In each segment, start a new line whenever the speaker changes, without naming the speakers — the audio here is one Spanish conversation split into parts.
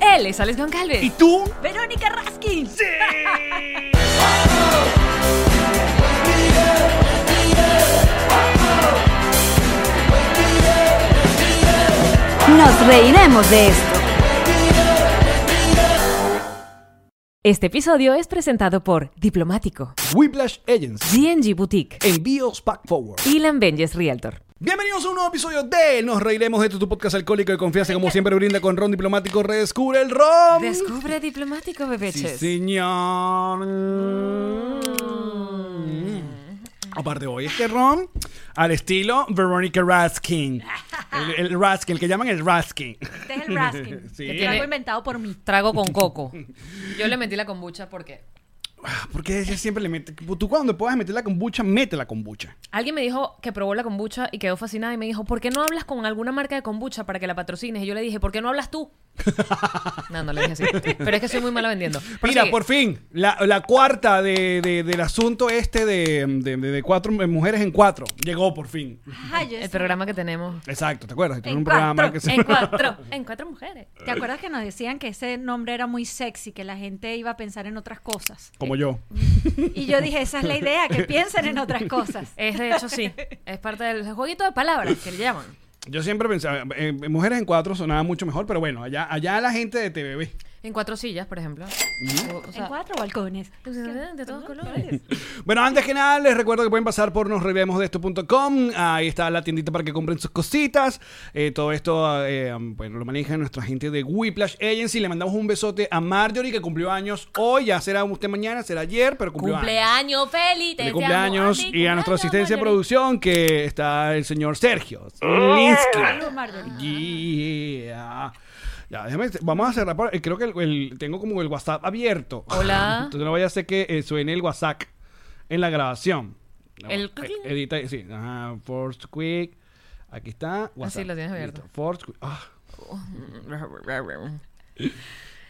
Él es Alex Goncalves.
¿Y tú?
Verónica Raskin.
¡Sí!
Nos reiremos de esto.
Este episodio es presentado por Diplomático,
Whiplash Agents.
DNG Boutique
Envíos Pack Forward.
y Lambenges Realtor.
Bienvenidos a un nuevo episodio de Nos Reiremos de tu, tu podcast alcohólico de confianza. Como siempre, brinda con Ron Diplomático. Redescubre el Ron.
Descubre Diplomático,
Sí,
bebeches.
señor. Aparte, hoy este ron al estilo Veronica Raskin. El, el Raskin, el que llaman el Raskin.
Este es el Raskin.
Sí.
que tiene algo inventado por mí.
Trago con coco. Yo le metí la kombucha porque
Porque ella siempre le mete. Tú cuando puedas meter la kombucha, mete la kombucha.
alguien me dijo que probó la kombucha y quedó fascinada y me dijo, ¿por qué no hablas con alguna marca de kombucha para que la patrocines? Y yo le dije, ¿por qué no hablas tú? No, no le dije así. Pero es que soy muy mala vendiendo.
Mira,
Prosigue.
por fin, la, la cuarta de- de- del asunto este de, de- de- de cuatro eh, mujeres en cuatro. Llegó por fin.
Ajá, yo
El
decía,
programa que tenemos.
Exacto, ¿te acuerdas? Tiene
En
un programa
cuatro,
que se-
en cuatro.
En cuatro mujeres.
¿Te acuerdas que nos decían que ese nombre era muy sexy, que la gente iba a pensar en otras cosas?
Como yo.
Y yo dije, esa es la idea, que piensen en otras cosas.
Es de hecho sí. Es parte del jueguito de palabras que le llaman.
Yo siempre pensaba, eh, eh, mujeres en cuatro sonaba mucho mejor, pero bueno, allá, allá la gente de TVB.
En cuatro sillas, por ejemplo. O- o sea,
en cuatro balcones.
de todos colores.
Bueno, antes que nada, les recuerdo que pueden pasar por nosreiremosdeesto.com. Ahí está la tiendita para que compren sus cositas. Eh, todo esto eh, bueno, lo maneja nuestra gente de Whiplash Agency. Le mandamos un besote a Marjorie, que cumplió años hoy. Ya será usted mañana, será ayer, pero cumplió años.
Cumpleaños feliz.
Feliz cumpleaños y a nuestra asistencia de producción que está el señor Sergio Linsky.
Salud,
Ah.
Marjorie.
Yeah. Ya, déjame, vamos a cerrar. por- eh, creo que el, el- tengo como el WhatsApp abierto.
Hola.
Entonces no vaya a ser que eh, suene el WhatsApp en la grabación. No,
El-
eh, edita, sí. Ajá, Force Quick. Aquí está. WhatsApp.
Ah, lo tienes abierto.
Listo, Force Quick. Ah.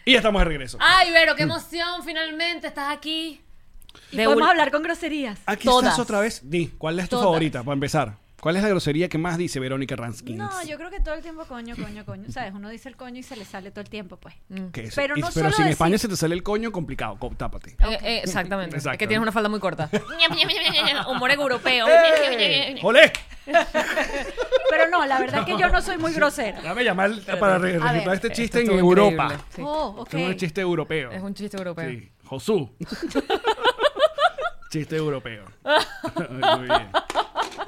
Y ya estamos de regreso.
Ay, Vero, qué emoción. Finalmente estás aquí.
Y
De
podemos
ul-
hablar con groserías.
Aquí
todas.
estás otra vez. Di, ¿cuál es tu
Todas.
favorita? Para empezar. ¿Cuál es la grosería que más dice Verónica Ranskins?
No, yo creo que todo el tiempo coño, coño, coño. ¿Sabes? Uno dice el coño y se le sale todo el tiempo, pues.
Mm.
Que es-
pero
y-
no
pero
solo
si en
decir-
España se te sale el coño, complicado. co- Tápate.
Eh, eh, exactamente.
Exacto.
Es que tienes una falda muy corta. Humor europeo.
¡Eh! ¡Olé!
Pero no, la verdad es que yo no soy muy grosera.
Dame llamar para re-
A
registrar
ver.
este
Esto
chiste en
estuvo
Europa.
increíble, sí.
Oh, ok.
Es un chiste europeo.
Es un chiste europeo.
Sí. Josú. chiste europeo. Muy bien.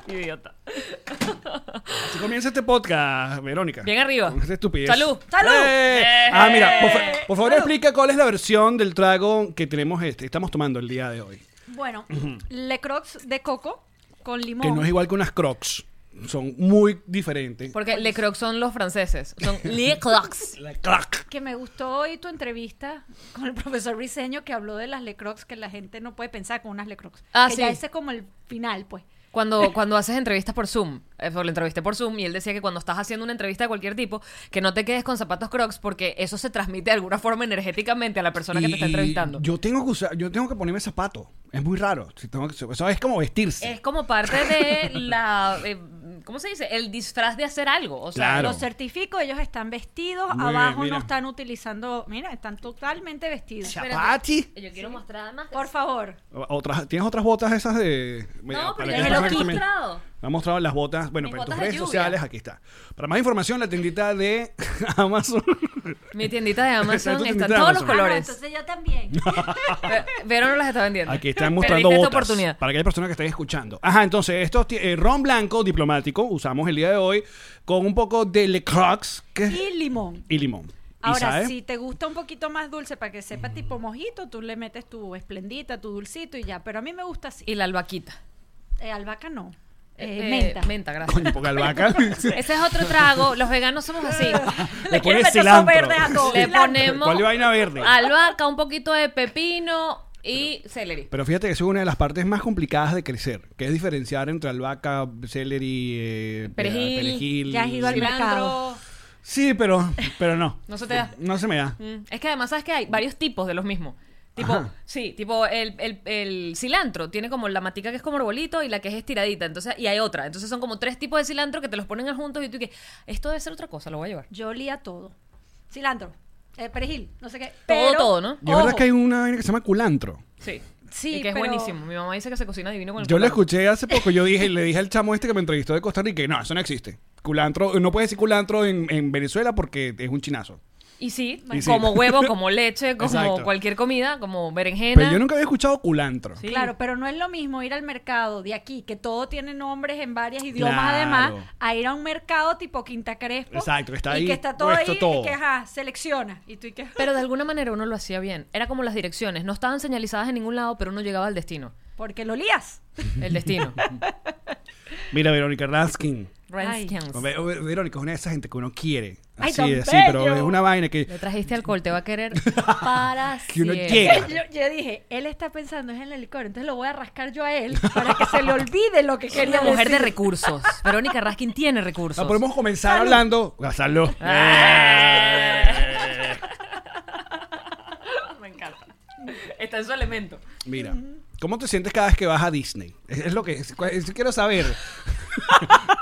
Idiota.
Así comienza este podcast, Verónica.
Bien arriba.
Con esa estupidez.
Salud.
¡Salud!
¡Eh!
¡Eh!
Ah, mira, por, fa- por favor explica cuál es la versión del trago que tenemos este, estamos tomando el día de hoy.
Bueno, Le Crocs de coco con limón.
Que no es igual que unas crocs. Son muy diferentes.
Porque Le Croc son los franceses. Son Le Crocs.
La crack.
Que me gustó hoy tu entrevista con el profesor Briseño que habló de las lecrocs que la gente no puede pensar con unas lecrocs.
Ah,
que
sí.
ya ese es como el final, pues.
Cuando, cuando haces entrevistas por Zoom, eh, por la entrevisté por Zoom, y él decía que cuando estás haciendo una entrevista de cualquier tipo, que no te quedes con zapatos crocs porque eso se transmite de alguna forma energéticamente a la persona que te está
Y
entrevistando.
Yo tengo que usar, yo tengo que ponerme zapato. Es muy raro. Si tengo que- eso es como vestirse.
Es como parte de la... eh, ¿Cómo se dice? El disfraz de hacer algo. O sea,
Claro.
Los certifico, ellos están vestidos,
Muy
abajo
bien, mira.
no están utilizando, mira, están totalmente vestidos.
Chao.
Zapati.
yo quiero mostrar además...
Por favor.
Otras, ¿Tienes otras botas esas de.?
No, pero
para
ya
que
me
no
lo
se
he
me-
mostrado.
Me ha mostrado las botas. Bueno,
Mis
pero en tus
botas de
redes
lluvia.
sociales, aquí está. Para más información, la tiendita de Amazon.
Mi tiendita de
Está tu
Amazon
tiendita
está
de
todos
Amazon.
los
Ah, no,
colores.
entonces yo también.
Ve- Vero no las está vendiendo.
Aquí están mostrando
Perdiste
botas.
esta oportunidad.
Para aquellas personas que estén escuchando. Ajá, entonces, esto ti- eh, ron blanco diplomático usamos el día de hoy con un poco de Le Crocs que es-
Y limón.
y limón. ¿Y
Ahora,
sabe? Mm.
si te gusta un poquito más dulce para que sepa tipo mojito, tú le metes tu esplendita, tu dulcito y ya. Pero a mí me gusta así.
Y la albaquita.
Eh, albahaca no. Eh,
Eh,
menta.
Menta, gracias.
Coño, poca albahaca.
Ese es otro trago. Los veganos somos así.
Le
quiero
pones
meter
cilantro.
verdes a todo.
Le
Cilantro.
ponemos
¿Cuál vaina verde?
albahaca, un poquito de pepino y celery.
Pero fíjate que eso es una de las partes más complicadas de crecer, que es diferenciar entre albahaca, celery, eh,
Perejil.
perejil.
Ya has ido al
Sí.
mercado.
Cilantro.
Sí, pero, pero no.
No se te da.
No se me da.
Mm, Es que además sabes que hay varios tipos de los mismos. Tipo,
Ajá.
sí, tipo el, el- el cilantro tiene como la matica que es como arbolito y la que es estiradita. Entonces, y hay otra. Entonces son como tres tipos de cilantro que te los ponen juntos y tú que esto debe ser otra cosa, lo voy a llevar.
Yo olía todo. Cilantro. eh, perejil, no sé qué.
Todo,
Pero,
todo, ¿no?
Y es verdad
ojo,
que hay una vaina que se llama culantro.
Sí.
Sí,
y que es
pero-
buenísimo. Mi mamá dice que se cocina divino con el
Yo lo
culantro.
escuché hace poco, yo dije, le dije al chamo este que me entrevistó de Costa Rica, no, eso no existe. Culantro, no puedes decir culantro en, en Venezuela porque es un chinazo.
Y sí,
Y sí.
como huevo, como leche, como
Exacto.
cualquier comida, como berenjena.
Pero yo nunca había escuchado culantro.
Sí.
Claro, pero no es lo mismo ir al mercado de aquí, que todo tiene nombres en varios idiomas
Claro.
además, a ir a un mercado tipo Quinta Crespo.
Exacto, que está
y
ahí
que está todo
puesto
ahí
todo.
y que ajá, selecciona. Y tú y que ajá.
Pero de alguna manera uno lo hacía bien. Era como las direcciones. No estaban señalizadas en ningún lado, pero uno llegaba al destino.
porque lo lías.
El destino.
Mira, Verónica Raskin.
Redskins.
Pues, Ve- Ve- Verónica es una de esas gente que uno quiere.
Ay,
Así,
tan
así, pero
bello.
es una vaina que,
Le trajiste alcohol, te va a querer para
que uno
siempre.
llega.
Yo, yo dije, él está pensando es en el licor, entonces lo voy a rascar yo a él para que se le olvide lo que
Es una
quería
mujer de
decir.
recursos. Verónica Raskin tiene recursos.
No, podemos comenzar hablando. Ah, Gonzalo. Eh.
Me encanta. Está en su elemento.
Mira, ¿cómo te sientes cada vez que vas a Disney? Es, es lo que es- cua- es- quiero saber.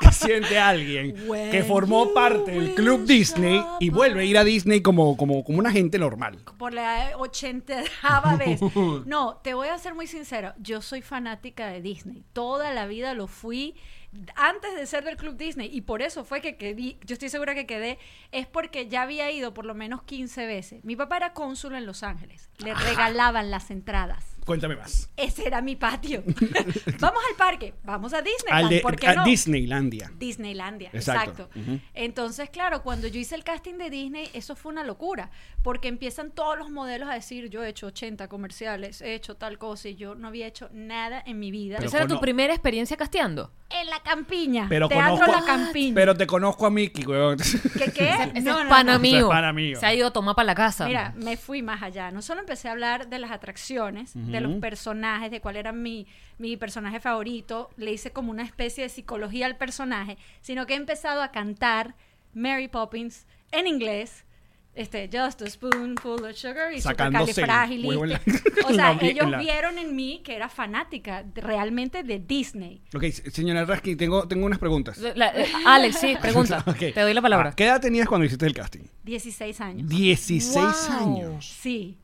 ¿Qué siente alguien que formó parte del club Disney y vuelve a ir a Disney como, como, como una gente normal?
por la ochentava vez. No, te voy a ser muy sincera. Yo soy fanática de Disney. Toda la vida lo fui antes de ser del Club Disney. Y por eso fue que quedé, yo estoy segura que quedé, es porque ya había ido por lo menos 15 veces. Mi papá era cónsul en Los Ángeles. Le regalaban las entradas.
Cuéntame más.
Ese era mi patio. vamos al parque, vamos a Disney.
Al de-
¿por qué
a
no?
Disneylandia.
Disneylandia,
Exacto.
exacto.
Ujú.
Entonces, claro, cuando yo hice el casting de Disney, eso fue una locura, porque empiezan todos los modelos a decir, yo he hecho 80 comerciales, he hecho tal cosa, y yo no había hecho nada en mi vida.
Pero
Esa era tu
cono-
primera experiencia casteando.
en la campiña,
Pero
teatro
conozco,
la campiña.
Pero te conozco a Mickey, weón.
¿Qué qué?
Ese
No,
es
no,
pana
no.
mío.
Ese es pana mío.
Se ha ido a tomar para la casa.
Mira, me fui más allá. No solo empecé a hablar de las atracciones, de los personajes, de cuál era mi, mi personaje favorito, le hice como una especie de psicología al personaje, sino que he empezado a cantar Mary Poppins en inglés. Este, just a spoonful of sugar y
Sacándose el
supercalifragilist-
huevo en la-
O sea,
en la-
ellos
en la-
vieron en mí que era fanática de- realmente de Disney.
ok, señora Rasky, tengo, tengo unas preguntas.
La- eh, Alex, sí, pregunta.
Ok.
Te doy la palabra.
Ah, ¿Qué edad tenías cuando hiciste el casting?
16 años.
16
Wow.
años.
Sí.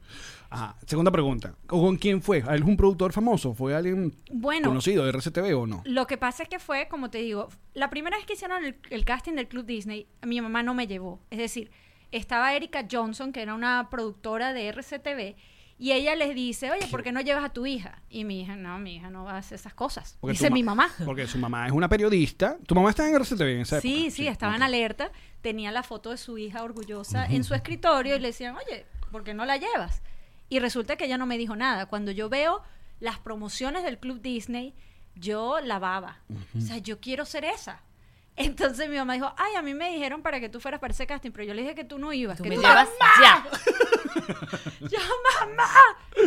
Ajá. Ah, Segunda pregunta. ¿Con quién fue? ¿Algún productor famoso? ¿Fue alguien
Bueno.
conocido de RCTV o no?
Lo que pasa es que fue, como te digo, la primera vez que hicieron el, el casting del Club Disney, mi mamá no me llevó. Es decir, estaba Erika Johnson, que era una productora de RCTV, y ella les dice, oye, ¿por qué no llevas a tu hija? Y mi hija, no, mi hija no va a hacer esas cosas.
Porque
dice
tu ma-
mi mamá.
Porque su mamá es una periodista. Tu mamá estaba en RCTV en esa época.
Sí, sí, estaba en
ok.
alerta, tenía la foto de su hija orgullosa en su escritorio y le decían, oye, ¿por qué no la llevas? Y resulta que ella no me dijo nada. Cuando yo veo las promociones del Club Disney, yo lavaba. O sea, yo quiero ser esa. Entonces mi mamá dijo, ay, a mí me dijeron para que tú fueras para ese casting, pero yo le dije que tú no ibas.
Tú
que
me
tú-
llevas ya.
Yo, mamá,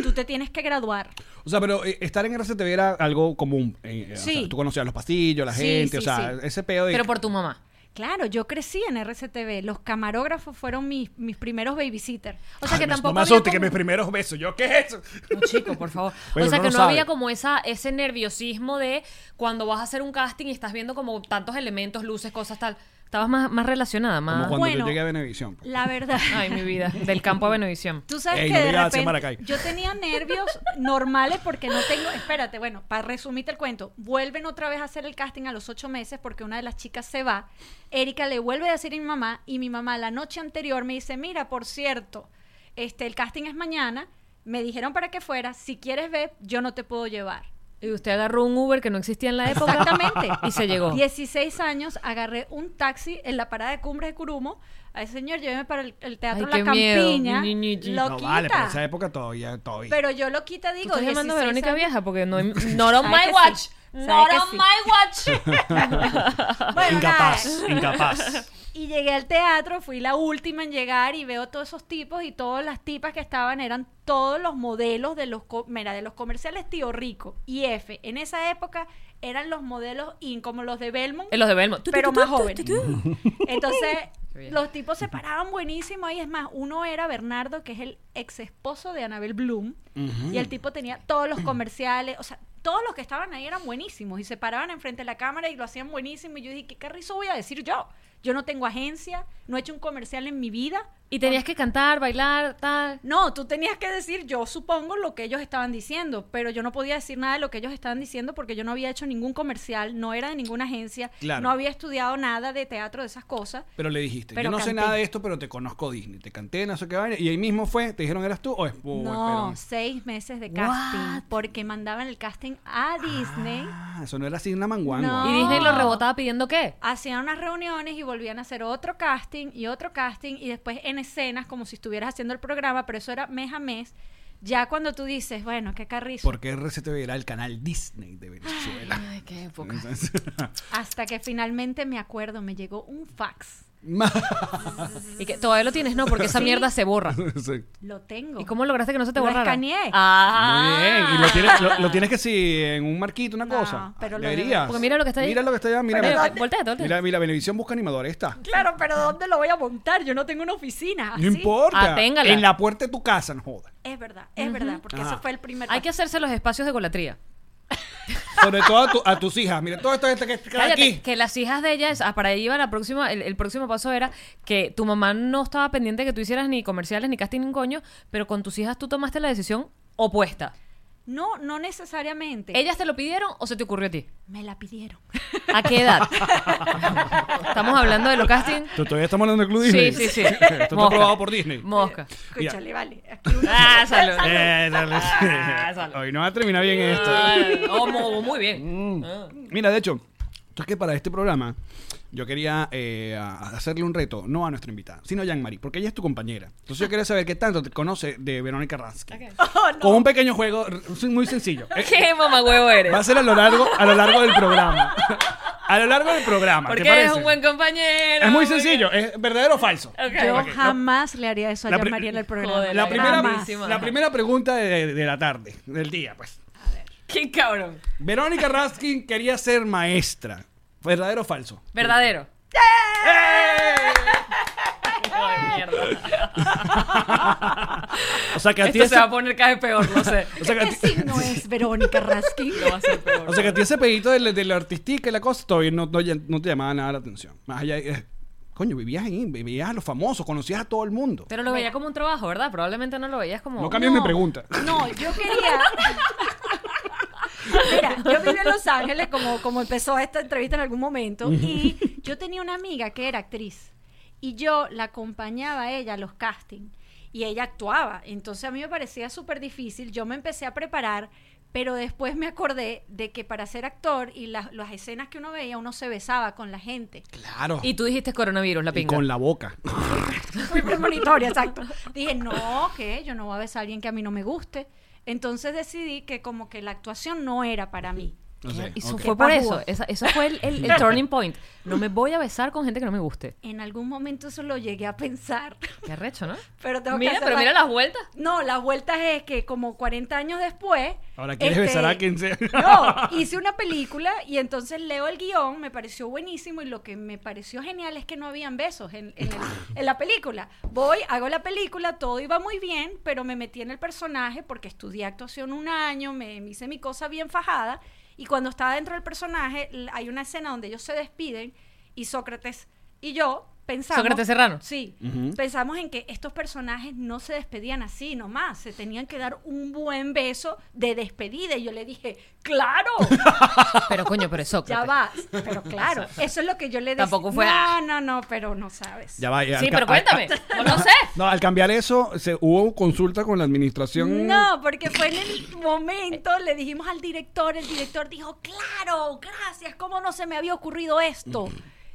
tú te tienes que graduar.
O sea, pero eh, estar en RCTV era algo común. eh, eh, o
Sí.
sea, tú conocías los pasillos, la
Sí,
gente,
sí,
o sea,
sí.
ese pedo de...
Pero por tu mamá.
Claro, yo crecí en RCTV. Los camarógrafos fueron mis, mis primeros babysitters.
O sea que
Ay, me-
tampoco.
No me
había
asuste que
como-
mis primeros besos. ¿Yo qué es eso?
Un chico, por favor.
Bueno,
o sea
uno
que
no
no,
sabe.
había como esa, ese nerviosismo de cuando vas a hacer un casting y estás viendo como tantos elementos, luces, cosas, tal. Estabas más, más relacionada,
Como
más.
cuando yo
Ah, Bueno.
llegué a Venevisión. pues.
La verdad.
Ay, mi vida. Del campo a Venevisión.
Tú sabes
Ey,
que
no
de
digas así,
repente
Maracay.
yo tenía nervios normales porque no tengo. Espérate, bueno, para resumirte el cuento, vuelven otra vez a hacer el casting a los ocho meses porque una de las chicas se va. Erika le vuelve a decir a mi mamá y mi mamá la noche anterior me dice, mira, por cierto, este, el casting es mañana. Me dijeron para que fuera. Si quieres ver, yo no te puedo llevar.
Y usted agarró un Uber que no existía en la época.
Exactamente.
Y se llegó.
16 años, agarré un taxi en la parada de Cumbres de Curumo. Ay, señor, lléveme para el, el teatro
Ay,
La
qué miedo,
Campiña.
mi niñita.
Loquita.
No vale, pero en esa época todavía... todavía.
Pero yo loquita digo.
¿Tú estás llamando a
16
Verónica
años.
Vieja? Porque no. Not on
¿Sabes
my
que
watch.
sí? ¿Sabes
Not
que
on
sí?
my watch.
Bueno,
incapaz,
nada.
incapaz.
Y llegué al teatro, fui la última en llegar y veo todos esos tipos y todas las tipas que estaban eran todos los modelos de los, co- mira, de los comerciales Tío Rico y F. En esa época eran los modelos in, como los de Belmont.
En los de Belmont. Tu, tu,
pero
tu,
más
tu, tu,
jóvenes.
tu.
Entonces,
Qué bien.
los tipos se paraban buenísimo ahí. Es más, uno era Bernardo, que es el ex esposo de Anabel Bloom, y el tipo tenía todos los comerciales, o sea, todos los que estaban ahí eran buenísimos, y se paraban enfrente de la cámara y lo hacían buenísimo. Y yo dije, ¿qué carrizo voy a decir yo? yo no tengo agencia, no he hecho un comercial en mi vida.
Y tenías que cantar, bailar, tal.
No, tú tenías que decir, yo supongo lo que ellos estaban diciendo, pero yo no podía decir nada de lo que ellos estaban diciendo porque yo no había hecho ningún comercial, no era de ninguna agencia,
Claro.
no había estudiado nada de teatro, de esas cosas.
Pero le dijiste, yo
Pero
no sé
canté.
nada de esto, pero te conozco Disney. Te canté, no sé qué vaina. Y ahí mismo fue, te dijeron eras tú o es o
no,
es Perón.
seis meses de casting,
What?
porque mandaban el casting a Disney.
Ah, eso no era así una manguanga.
No.
¿Y Disney lo rebotaba pidiendo qué?
hacían unas reuniones y volvían a hacer otro casting y otro casting y después en escenas como si estuvieras haciendo el programa, pero eso era mes a mes. Ya cuando tú dices, bueno, qué carrizo,
Porque RCTV era el canal Disney de Venezuela.
Ay, qué época.
Entonces-
hasta que finalmente me acuerdo, me llegó un fax.
Ma-
Y que todavía lo tienes, no, porque esa
Sí.
mierda se borra.
Sí.
Lo tengo.
¿Y cómo lograste que no se te
Lo
borrara?
escaneé.
Ah.
Muy bien. Y lo tienes, lo, lo tienes que si en un marquito, una
No,
cosa.
pero lo
Deberías.
llevo.
Porque mira lo que está ahí.
Mira lo que está allá. Mira,
Pero,
mira,
eh, volteate, volteate.
mira, mira, Venevisión busca animador. Ahí está.
Claro, pero ¿dónde lo voy a montar? Yo no tengo una oficina.
No
así.
importa.
Ah, téngala.
En la puerta de tu casa, no jodas.
Es verdad, es verdad, porque
Ajá.
ese fue el primer
Hay que hacerse los espacios de golatría.
Sobre todo a, tu- a tus hijas. Mira, todo esto esto que está
Cállate,
aquí.
que las hijas de ellas, ah, para ahí iba la próxima, el, el próximo paso era que tu mamá no estaba pendiente que tú hicieras ni comerciales, ni casting, ni un coño, pero con tus hijas tú tomaste la decisión opuesta.
No, no necesariamente.
¿Ellas te lo pidieron o se te ocurrió a ti?
Me la pidieron.
¿A qué edad? Estamos hablando de los castings.
Tú- Todavía estamos hablando del Club Disney.
Sí, sí, sí.
Esto está
Mosca.
aprobado por Disney.
Mosca.
Mira.
Escúchale, vale. Aquí uno-
Ah, salud.
Eh, dale.
Ah, salud.
Hoy no va a terminar bien esto.
Ay, oh, mo- muy bien. Ah.
Mira, de hecho, tú es que para este programa yo quería eh, a- a hacerle un reto, no a nuestra invitada, sino a Jean-Marie, porque ella es tu compañera. Entonces
Ah.
yo quería saber qué tanto te conoce de Verónica Ransky.
Oh,
Con un pequeño juego r- muy sencillo. Eh,
¿Qué mamagüevo eres?
va a ser a lo largo, a lo largo del programa. a lo largo del programa. ¿te
Porque
parece?
eres un buen compañero.
Es muy sencillo, es verdadero o falso.
Ok.
Yo
Ok, no.
jamás le haría eso a
La pri-
María en el programa.
Joder,
La primera,
Jamás.
Buenísimo.
la primera pregunta de- de la tarde, del día, pues.
Qué cabrón.
Verónica Raskin quería ser maestra. ¿Verdadero o falso?
Verdadero. Ay, mierda.
O sea que a ti
Esto se
ese-
va a poner cada vez peor, no sé.
o sea que a
¿Qué
ti-
signo es Verónica Raskin?
Lo va a ser peor.
o sea que a ti ese pedito de, la- de la artística y la cosa todavía no, no- no te llamaba nada la atención. Más allá de- eh, coño, vivías ahí, vivías a los famosos, conocías a todo el mundo.
Pero lo veía como un trabajo, ¿verdad? Probablemente no lo veías como.
No cambies
No.
mi pregunta.
No, yo quería. Mira, yo viví en Los Ángeles como, como empezó esta entrevista en algún momento y yo tenía una amiga que era actriz y yo la acompañaba a ella a los castings y ella actuaba. Entonces a mí me parecía súper difícil, yo me empecé a preparar, pero después me acordé de que para ser actor y las, las escenas que uno veía, uno se besaba con la gente.
Claro.
Y tú dijiste coronavirus, la
Y
pinga.
con la boca.
Fui premonitoria, exacto. Dije, no, que yo no voy a besar a alguien que a mí no me guste. Entonces decidí que como que la actuación no era para mí.
No sé,
Eso
ok.
fue por
Qué
eso.
pajúa.
Esa- eso fue el, el- el turning point. No me voy a besar con gente que no me guste.
En algún momento eso lo llegué a pensar.
Qué arrecho, ¿no?
Pero tengo
mira,
que hacer
pero
la-
mira las vueltas.
No, la vuelta es que como 40 años después...
Ahora quieres
este,
besar a quien sea.
No, hice una película y entonces leo el guión, me pareció buenísimo y lo que me pareció genial es que no habían besos en, en el- en la película. Voy, hago la película, todo iba muy bien, pero me metí en el personaje porque estudié actuación un año, me, me hice mi cosa bien fajada y cuando estaba dentro del personaje l- hay una escena donde ellos se despiden y Sócrates y yo pensamos...
Sócrates Serrano.
Sí,
Ujú.
pensamos en que estos personajes no se despedían así nomás, se tenían que dar un buen beso de despedida. Y yo le dije, claro,
Pero coño, pero es
ya
Sócrates.
va, pero claro, eso es lo que yo le decía.
Tampoco fue, ah.
No, no, no, pero no sabes.
Ya va, ya,
Sí,
al ca-
pero
al-
cuéntame.
al-
No lo sé.
No, al cambiar eso, se, hubo consulta con la administración.
No, porque fue en el momento, le dijimos al director, el director dijo, claro, gracias, ¿cómo no se me había ocurrido esto?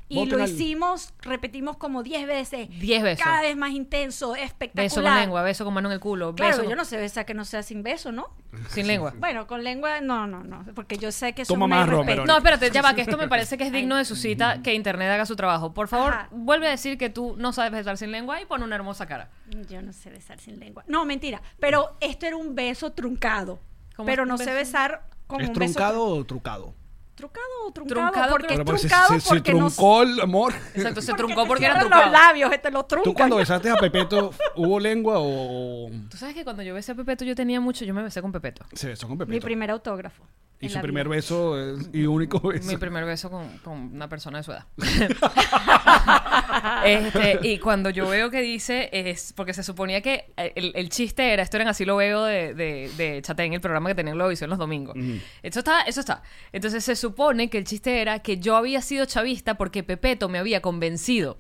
Y
Voten
lo
al-
hicimos, repetimos como 10 veces.
10 veces.
Cada vez más intenso,
Beso
espectacular.
con lengua, beso con mano en el culo,
Claro,
beso
yo
con-
no sé besa que no sea sin beso, ¿no?
sin lengua.
Bueno, con lengua, no, no, no, porque yo sé que eso
Toma
es una
más,
irrespeto.
Romero.
No, espérate, ya va, que esto me parece que es digno de su cita que Internet haga su trabajo. Por favor,
Ajá.
vuelve a decir que tú no sabes besar sin lengua y pon una hermosa cara.
No, yo no sé besar sin lengua. No, mentira, pero esto era un beso truncado.
¿Cómo
Pero
es
no
un
sé
beso?
besar con
¿Es
un beso
truncado o trucado?
tru- truncado o truncado,
Truncado, pues,
porque
creo.
es
Pero porque se-
truncado
se, se
porque no
truncó el amor.
Exacto, se
porque
truncó
te
porque era
cierran
truncado.
los labios, te lo
¿Tú cuando
truncan.
besaste a Pepeto, hubo lengua o
Tú sabes que cuando yo besé a Pepeto, yo tenía mucho, yo me besé con Pepeto.
se besó con Pepeto?
Mi primer autógrafo.
Y
en
su
la
primer
vida.
beso eh, y único beso.
Mi primer beso con, con una persona de su edad. Este, y cuando yo veo que dice, es porque se suponía que eh, el, el chiste era, esto era en Así lo veo de, de, de Chatén, el programa que tenía en Globovisión los domingos. Eso está, eso está. Entonces se supone que el chiste era que yo había sido chavista porque Pepeto me había convencido.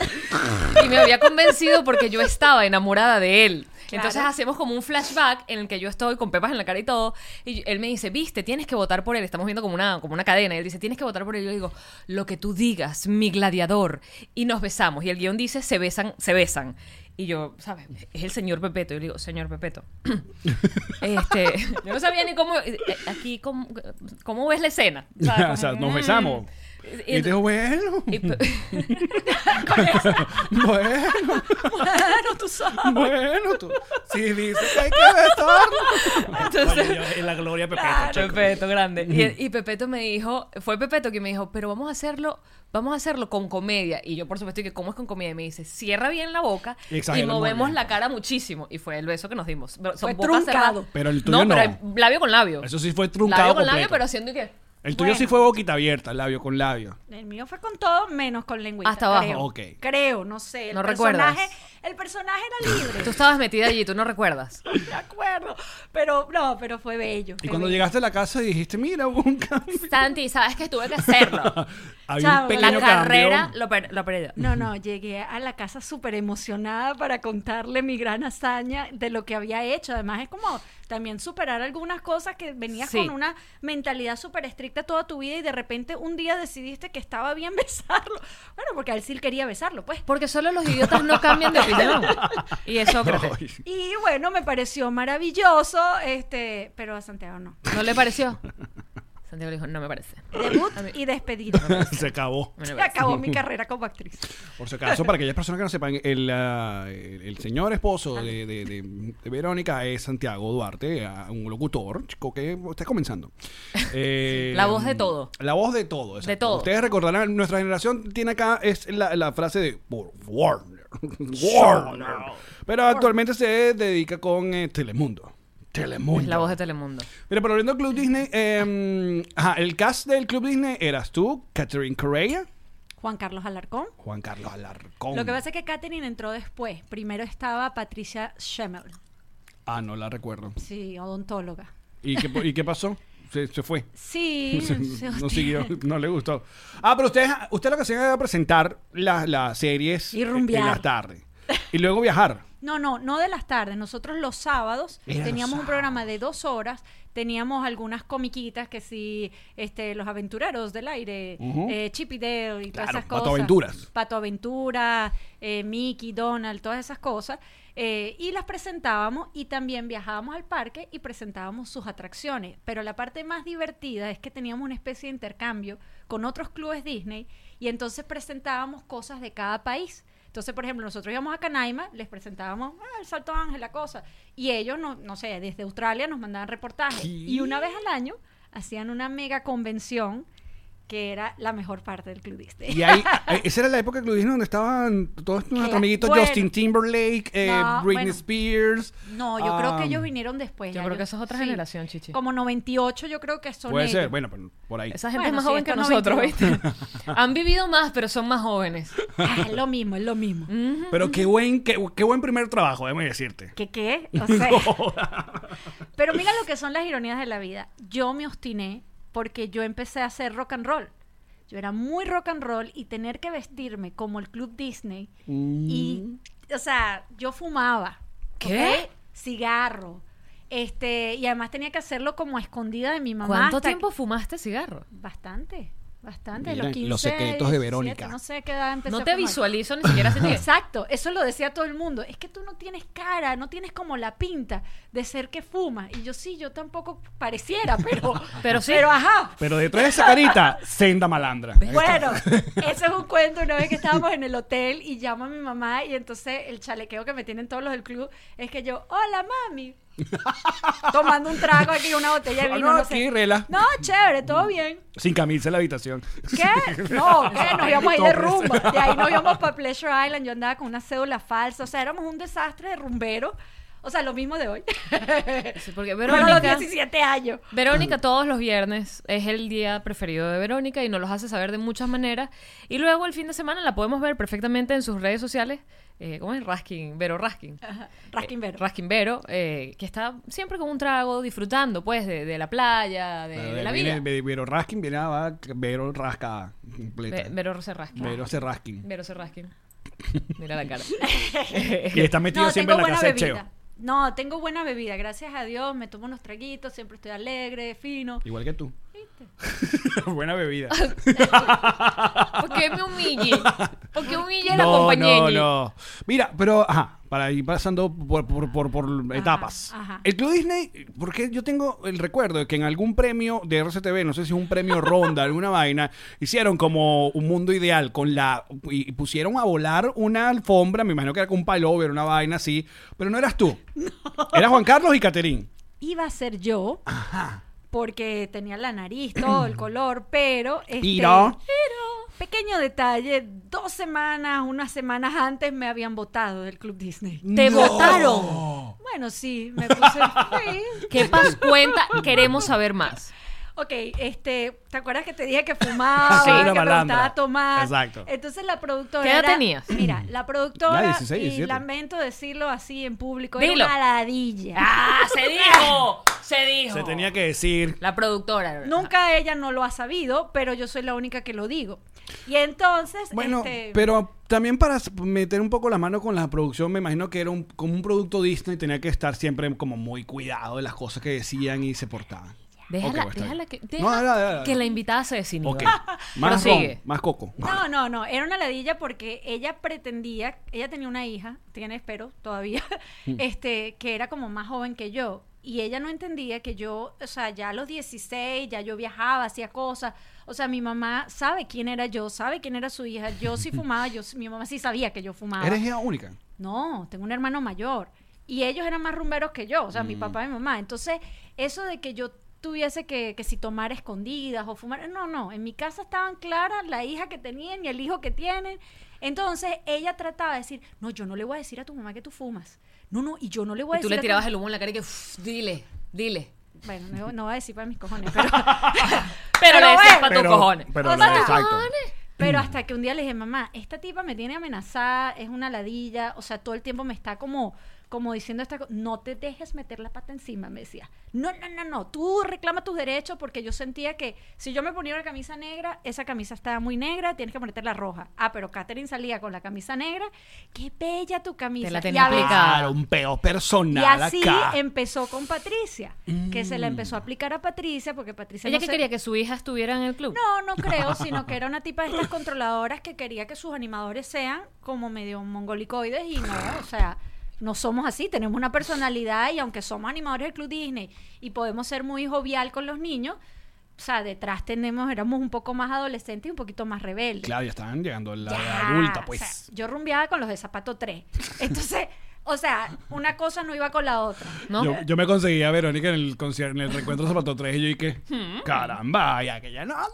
y me había convencido porque yo estaba enamorada de él. Entonces hacemos como un flashback en el que yo estoy con pepas en la cara y todo. Y yo- él me dice, viste, tienes que votar por él. Estamos viendo como una, como una cadena. Y él dice, tienes que votar por él. Y yo digo, lo que tú digas, mi gladiador. Y nos besamos. Y el guión dice, se besan, se besan. Y yo, ¿sabes? Es el señor Pepeto. Y le digo, señor Pepeto. este, yo no sabía ni cómo, eh, aquí, cómo, cómo ves la escena. ¿sabes?
o sea,
Como,
ah.
nos
mm.
besamos.
Y-
Y, te digo, bueno.
y Pe-
Bueno,
Bueno, tú sabes.
bueno, tú. Si dices que hay que besar.
entonces,
en la gloria Pepe.
Pepeto, grande. Y, y Pepeto me dijo, fue Pepeto que me dijo, pero vamos a hacerlo, vamos a hacerlo con comedia. Y yo, por supuesto, que ¿cómo es con comedia? Y me dice, cierra bien la boca
Y
y
exagera el
movemos
mueble.
la cara muchísimo. Y fue el beso que nos dimos. Pero Son
Fue
bocas
truncado.
cerradas.
Pero el tuyo no.
pero el labio con labio.
Eso sí fue
labio
truncado
con
completo.
labio, pero haciendo que...
El tuyo sí
Bueno.
fue boquita abierta, labio con labio.
El mío fue con todo menos con lengüita.
Hasta abajo.
Creo,
Ok.
creo no sé. El
No
personaje,
recuerdas.
El personaje era libre.
Tú estabas metida allí, tú no recuerdas.
de acuerdo. Pero no, pero fue bello.
Y
fue
cuando
bello.
llegaste a la casa dijiste, mira, hubo un cambio.
Santi, sabes que tuve que hacerlo.
Había
Chao,
un
La
pequeño
carrera
cambio.
lo, per- lo perdió.
No, no, llegué a la casa súper emocionada para contarle mi gran hazaña de lo que había hecho. Además, es como también superar algunas cosas que venías
Sí.
con una mentalidad súper estricta toda tu vida y de repente un día decidiste que estaba bien besarlo. Bueno, porque él sí quería besarlo, pues.
Porque solo los idiotas no cambian de opinión. Y es Sócrates.
Ay,
Y bueno, me pareció maravilloso, este, pero a Santiago no.
¿No le pareció? Santiago le dijo, no me parece.
Debut
A mí-
y despedida.
se acabó.
No me
Se
parece.
acabó mi carrera como actriz.
Por si acaso, para aquellas personas que no sepan, el, ah, el- el señor esposo de, de- de- de Verónica es Santiago Duarte, ah, un locutor, chico que está comenzando. Eh,
La voz de todo.
La voz de todo. exacto.
De todo.
Ustedes recordarán, nuestra generación tiene acá es la, la frase de "Por Warner. Warner. Pero actualmente se dedica con eh, Telemundo. Telemundo.
Es la voz de Ah. Telemundo.
Mira, pero volviendo al Club Disney, eh, ajá, el cast del Club Disney eras tú, Catherine Correa,
Juan Carlos Alarcón.
Juan Carlos Alarcón.
Lo que pasa es que Katherine entró después. Primero estaba Patricia Schemmel,
Ah, no la recuerdo.
sí, odontóloga.
¿Y qué, po- y qué pasó? Se, se fue.
Sí, se
no
hostiga.
siguió, no le gustó. Ah, pero ustedes, usted lo que hacían era presentar las las series
Y
en-
rumbear.
en las tardes. Y luego viajar.
No, no, no de las tardes. Nosotros los sábados
Era
teníamos
los
un programa de dos horas, teníamos algunas comiquitas que sí, este, los aventureros del aire,
Ujú.
eh, Chip y Dale y todas
Claro,
esas
Pato
cosas.
Aventuras.
Pato Aventura, eh, Mickey, Donald, todas esas cosas. eh, y las presentábamos y también viajábamos al parque y presentábamos sus atracciones. Pero la parte más divertida es que teníamos una especie de intercambio con otros clubes Disney y entonces presentábamos cosas de cada país. Entonces, por ejemplo, nosotros íbamos a Canaima, les presentábamos "Ah, el Salto Ángel, la cosa. Y ellos, no, no sé, desde Australia nos mandaban reportajes.
¿Qué?
Y una vez al año hacían una mega convención que era la mejor parte del Club Disney.
Y ahí, eh, esa era la época del Club Disney donde estaban todos nuestros
Claro.
amiguitos
Bueno.
Justin Timberlake, eh,
No,
Britney
bueno.
Spears.
No, yo creo que
ah,
ellos vinieron después.
Yo
ya
creo que eso es otra generación, Chichi.
Como 98 yo creo que son
Puede ser,
ellos.
bueno, pero por ahí.
Esa gente
Bueno,
es más
sí,
joven que
esto no
nosotros, ¿viste?
22.
Han vivido más, pero son más jóvenes.
Ah, es lo mismo, es lo mismo.
Mm.
Pero qué buen, qué, qué buen primer trabajo, déjame decirte.
¿Qué qué? O sea, pero mira lo que son las ironías de la vida. Yo me obstiné porque yo empecé a hacer rock and roll. Yo era muy rock and roll y tener que vestirme como el Club Disney y o sea, yo fumaba.
Mm. ¿Qué?
¿ok? Cigarro. Este, y además tenía que hacerlo como a escondida de mi mamá.
¿Cuánto
hasta
tiempo fumaste cigarro?
Bastante, bastante.
Mira,
los, 15,
los secretos de
17,
Verónica.
No sé qué edad empecé
No
a
te
fumar.
visualizo ni siquiera hace tiempo.
Exacto, eso lo decía todo el mundo. Es que tú no tienes cara, no tienes como la pinta de ser que fuma. Y yo sí, yo tampoco pareciera, pero.
Pero sí.
ajá.
Pero detrás de esa carita, senda malandra.
Bueno, eso es un cuento. Una vez que estábamos en el hotel y llamo a mi mamá, y entonces el chalequeo que me tienen todos los del club es que yo, hola mami, tomando un trago aquí, una botella de
Ah,
vino.
no,
no sé.
aquí, rela.
No, chévere, todo bien.
Sin camisa en la habitación.
¿Qué? No, ¿qué? Nos íbamos a ir de
Todo
rumba. De ahí nos íbamos para Pleasure Island. Yo andaba con una cédula falsa. O sea, éramos un desastre de rumbero. O sea, lo mismo de hoy.
Sí, porque
Pero a los
Verónica,
17 años.
Verónica todos los viernes es el día preferido de Verónica y nos los hace saber de muchas maneras. Y luego el fin de semana la podemos ver perfectamente en sus redes sociales. Eh, ¿Cómo es? Raskin, Vero Raskin.
Raskin
Eh,
Vero.
Raskin Vero, eh, que está siempre con un trago, disfrutando pues de, de la playa, de, de la vida.
Viene- ve- Vero Raskin viene a Vero Rasca completa.
Ve- Vero se rasca.
Vero se Raskin.
Vero se rasca. Mira la cara.
Y está metido
no,
siempre
tengo
en la
buena
casa de Cheo.
bebida. No, tengo buena bebida, gracias a Dios. Me tomo unos traguitos, siempre estoy alegre, fino.
Igual que tú. Buena bebida.
¿Por qué me humille? ¿Por qué humille a la
no, no,
compañera?
no. Mira, pero, ajá, para ir pasando por, por, por, por etapas.
ajá.
El Club Disney, porque yo tengo el recuerdo de que en algún premio de RCTV, no sé si es un premio Ronda, alguna vaina, hicieron como un mundo ideal con la. y y pusieron a volar una alfombra, me imagino que era con un palover, una vaina así, pero no eras tú. Era Juan Carlos y Caterín.
Iba a ser yo, porque tenía la nariz, todo el color, pero... Este,
Pero.
pero, Pequeño detalle, dos semanas, unas semanas antes me habían votado del Club Disney.
Te votaron.
Bueno, sí, me puse... sí.
¿Qué pas cuenta? Queremos saber más.
Ok, este, ¿te acuerdas que te dije que fumaba,
Sí,
que
una
me
malandra.
gustaba tomar?
Exacto.
Entonces la productora.
¿Qué edad
era-
tenías?
Mira, la productora.
Ya, 16,
y
17.
lamento decirlo así en público.
Dilo.
Era una ladilla.
¡Ah! ¡Se dijo! ¡Se dijo!
Se tenía que decir.
La productora.
Nunca ella no lo ha sabido, pero yo soy la única que lo digo. Y entonces.
Bueno,
este,
pero también para s- meter un poco la mano con la producción, me imagino que era un, como un producto Disney, tenía que estar siempre como muy cuidado de las cosas que decían y se portaban. Ok,
Ah, Déjala,
bueno, está
déjala,
bien.
que,
No,
deja
dale, dale, dale.
que la invitada se desinhiba.
Ok.
Pero
Más ron,
sigue.
más coco.
No, no, no, era una ladilla porque ella pretendía, ella tenía una hija, tiene espero todavía, este, que era como más joven que yo. Y ella no entendía que yo, o sea, ya a los 16, ya yo viajaba, hacía cosas. O sea, mi mamá sabe quién era yo, sabe quién era su hija. Yo sí fumaba, yo, sí- mi mamá sí sabía que yo
Ah.
fumaba.
Eres hija única.
No, tengo un hermano mayor. Y ellos eran más rumberos que yo, o sea, mi
Mm.
papá y mi mamá. Entonces, eso de que yo tuviese que, que si tomar escondidas o fumar, no, no, en mi casa estaban claras la hija que tenían y el hijo que tienen. Entonces, ella trataba de decir, no, yo no le voy a decir a tu mamá que tú fumas. No, no, y yo no le voy a
Y tú
decir...
le
a tu-
tirabas el humo en la cara y que, "Uf, dile, dile.
Bueno, no, no voy a decir para mis cojones, pero...
Pero, le decías
bueno.
para tus cojones.
O sea,
exacto.
Pero hasta que un día le dije, mamá, esta tipa me tiene amenazada, es una ladilla, o sea, todo el tiempo me está como, como diciendo esta co- no te dejes meter la pata encima, me decía. No, no, no, no, tú reclama tus derechos porque yo sentía que si yo me ponía una camisa negra, esa camisa estaba muy negra, tienes que ponerte la roja. Ah, pero Katherine salía con la camisa negra, qué bella tu camisa.
Te la
Y
tenía
a veces-
aplicada.
Claro, un peo personal
Y así
acá.
empezó con Patricia, que se la empezó a aplicar a Patricia porque Patricia
¿Ella
no
que
se-
quería? ¿Que su hija estuviera en el club?
no, no creo, sino que era una tipa de estas controladoras que quería que sus animadores sean como medio mongolicoides y no, o sea, no somos así, tenemos una personalidad y aunque somos animadores del Club Disney y podemos ser muy jovial con los niños, o sea, detrás tenemos, éramos un poco más adolescentes y un poquito más rebeldes.
Claro, ya estaban llegando a la
Ya,
edad adulta,
o
pues.
sea, yo rumbeaba con los de zapato 3. Entonces, o sea, una cosa no iba con la otra.
¿No?
Yo, yo me conseguí a Verónica en el concierto, en el reencuentro de Zapato 3 y yo dije,
Hmm.
caramba, ya que ya no, ando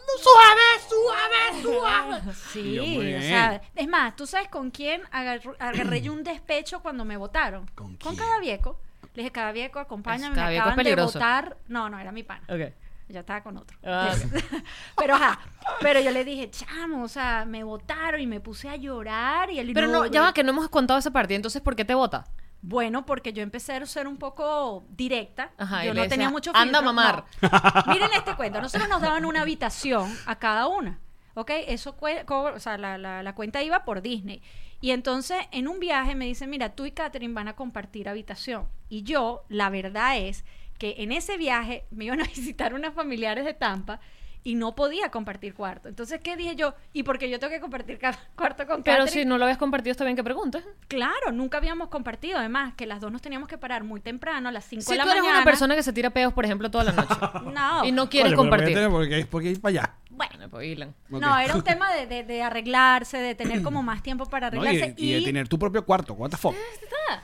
suave, suave, suave. Y
Sí,
yo, muy
o
bien.
sea, es más, ¿tú sabes con quién agarró- agarré yo un despecho cuando me votaron?
¿Con quién?
Con Cadavieco. Le dije, Cadavieco, acompáñame,
Pues,
me
Cadavieco es
acaban de
peligroso.
votar. No, no, era mi pana.
Ok.
Ya estaba con otro.
Ah,
pero ajá, pero yo le dije, chamo, o sea, me votaron y me puse a llorar y él
Pero no, ya va, que no hemos contado esa parte. Entonces, ¿por qué te vota?
Bueno, porque yo empecé a ser un poco directa.
Ajá, y
yo
le
no
decía,
tenía mucho
"Anda a
filtro",
mamar.
no. Miren este cuento. Nosotros nos daban una habitación a cada una. ¿Ok? Eso, cue- co- o sea, la, la- la cuenta iba por Disney. Y entonces, en un viaje me dicen, mira, tú y Katherine van a compartir habitación. Y yo, la verdad es que en ese viaje me iban a visitar unas familiares de Tampa y no podía compartir cuarto. Entonces, ¿qué dije yo? ¿Y porque yo tengo que compartir ca- cuarto con Katherine?
Pero si no lo habías compartido, está bien que preguntes.
Claro, nunca habíamos compartido. Además, que las dos nos teníamos que parar muy temprano, a las 5
Si
de la
tú eres
mañana.
una persona que se tira peos, por ejemplo, toda la noche
No.
y no quieres
Oye, pero
compartir.
vete, Porque, porque ir para allá.
Bueno.
Bueno, pues, Ilan.
No,
Ok.
era un tema de, de- de arreglarse, de tener
Mm.
como más tiempo para
No, y,
arreglarse. Ah,
y de tener tu propio cuarto, what the fuck.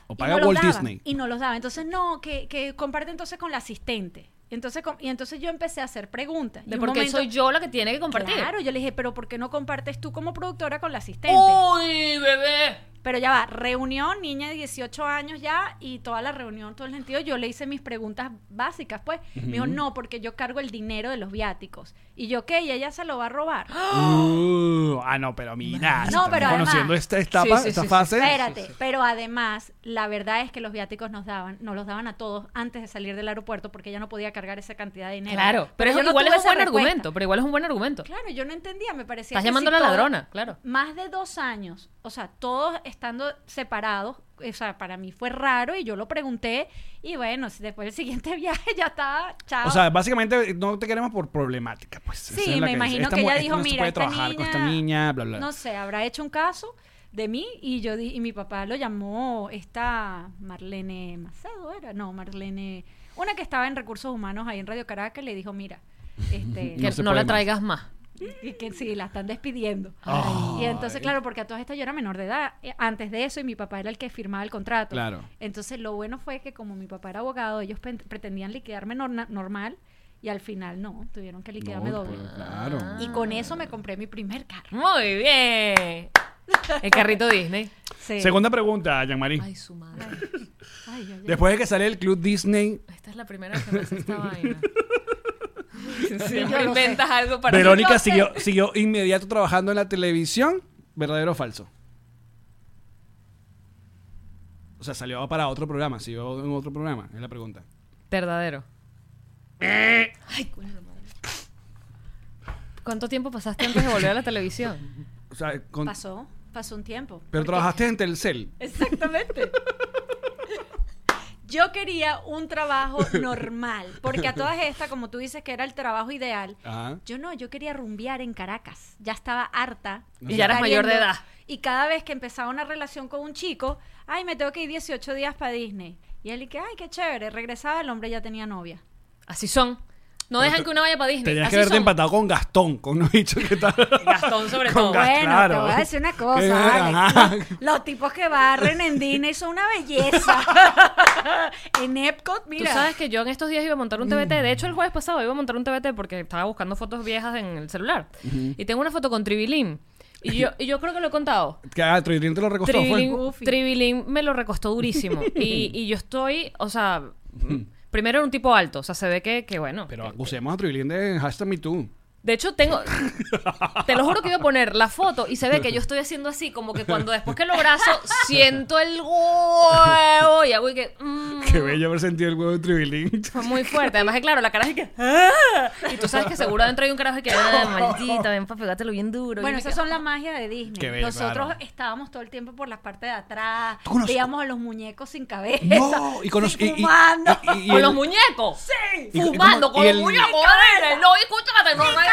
O
y
paga
no los
Walt
daba,
Disney.
Y no los daba. Entonces, no, que, que comparte entonces con la asistente. Entonces, com- y entonces yo empecé a hacer preguntas.
De por qué soy yo la que tiene que compartir. ¡Oh,
Claro, yo le dije, pero ¿por qué no compartes tú como productora con la asistente?
¡Uy, bebé!
Pero ya va, reunión, niña de 18 años ya, y toda la reunión, todo el sentido, yo le hice mis preguntas básicas, pues. Me dijo, no, porque yo cargo el dinero de los viáticos. Y yo, ¿qué? Y ella se lo va a robar.
Uh, ah, no, pero mira.
No,
estamos
pero además-
Conociendo esta etapa,
Sí, sí,
esta
sí, sí.
fase.
Espérate, pero además, la verdad es que los viáticos nos daban, nos los daban a todos antes de salir del aeropuerto porque ella no podía cargar esa cantidad de dinero.
Claro, pero,
yo
es-
no
igual
tuve
es un
esa
buen
respuesta.
argumento, pero igual es un buen argumento.
Claro, yo no entendía, me parecía.
Estás
que
llamando
si
a la
todo-
ladrona, claro.
Más de dos años, o sea, todos estando separados, o sea, para mí fue raro y yo lo pregunté y bueno, si después del siguiente viaje ya estaba, chao.
O sea, básicamente no te queremos por problemática, pues. Esa
Sí,
es la
me imagino
esta
que
mu-
ella
esta
dijo,
no se
mira,
puede
esta
trabajar con esta niña, bla, bla.
no sé, habrá hecho un caso de mí y yo di- y mi papá lo llamó esta Marlene Macedo era, no, Marlene, una que estaba en recursos humanos ahí en Radio Caracas, le dijo, mira, este,
No
Que
se
no,
puede
la
más.
traigas más.
y que sí, la están despidiendo.
Ah. Ay.
Y entonces, claro, porque a todas estas yo era menor de edad eh, antes de eso y mi papá era el que firmaba el contrato.
Claro.
Entonces, lo bueno fue que como mi papá era abogado, ellos pen- pretendían liquidarme norna- normal y al final no, tuvieron que liquidarme
No,
doble.
pues, claro.
Y con eso me compré mi primer carro.
Muy bien. El carrito Disney.
Sí.
Segunda pregunta, Jean-Marie.
Ay, su madre.
Ay, ay, ay.
Después de que sale el Club Disney,
Esta es la primera vez que me hace esta vaina.
yo
Siempre
lo sé.
inventas algo para
Verónica
yo sé.
siguió, siguió inmediato trabajando en la televisión, verdadero o falso. O sea, salió para otro programa, siguió en otro programa, es la pregunta.
Verdadero.
Eh.
Ay, coño de madre. ¿Cuánto tiempo pasaste antes de volver a la televisión?
O sea, con-
Pasó, pasó un tiempo.
pero
Porque-
trabajaste en Telcel.
Exactamente. Yo quería un trabajo normal, porque a todas estas, como tú dices que era el trabajo ideal,
Ajá.
Yo no, yo quería rumbear en Caracas. Ya estaba harta.
Y ya eras
estar
mayor de
yendo.
edad.
Y cada vez que empezaba una relación con un chico, ay, me tengo que ir 18 días para Disney. Y él y que, ay, qué chévere. Regresaba, el hombre ya tenía novia.
Así son. No dejan que uno vaya para Disney.
Tenías
Así
que haberte
son.
empatado con Gastón, con unos bichos que tal.
Gastón sobre
Con
todo.
Gastón. Ah,
bueno,
claro.
te voy a decir una
Qué
cosa. Alex.
ajá.
Los, los tipos que barren en Disney son una belleza. en Epcot,
Tú
mira.
sabes que yo en estos días iba a montar un TBT. De hecho, el jueves pasado iba a montar un TBT porque estaba buscando fotos viejas en el celular. Y tengo una foto con Tribilín. Y yo, y yo creo que lo he contado.
Que ah, Tridrin te lo recostó,
Tribilín,
fue.
Goofy.
Tribilín me lo recostó durísimo. y, y yo estoy, o sea, primero era un tipo alto. O sea, se ve que, que bueno.
Pero acusemos a Tridrin de hashtag MeToo.
De hecho, tengo. Te lo juro que iba a poner la foto y se ve que yo estoy haciendo así, como que cuando después que lo abrazo, siento el huevo y hago y que. mm,
Qué bello haber sentido el huevo de Tridrin.
fue muy fuerte. Además, que claro, la cara es que. "Ah". Y tú sabes que seguro adentro hay un carajo que. "Ah, maldita, ven para pegártelo bien duro.
Bueno,
Y yo
esas
me
son la magia de Disney.
Qué bello,
Nosotros
claro.
estábamos todo el tiempo por las partes de atrás,
Tú conoces-
veíamos a los muñecos sin cabeza.
No, y con los.
sin
y- Ah. y-
humano.
y- y
quedo, Con
el-
los muñecos.
y- y-
Fumando
¿cómo?
con
Y
los
el-
muñecos. dale, No escucha la tecnología.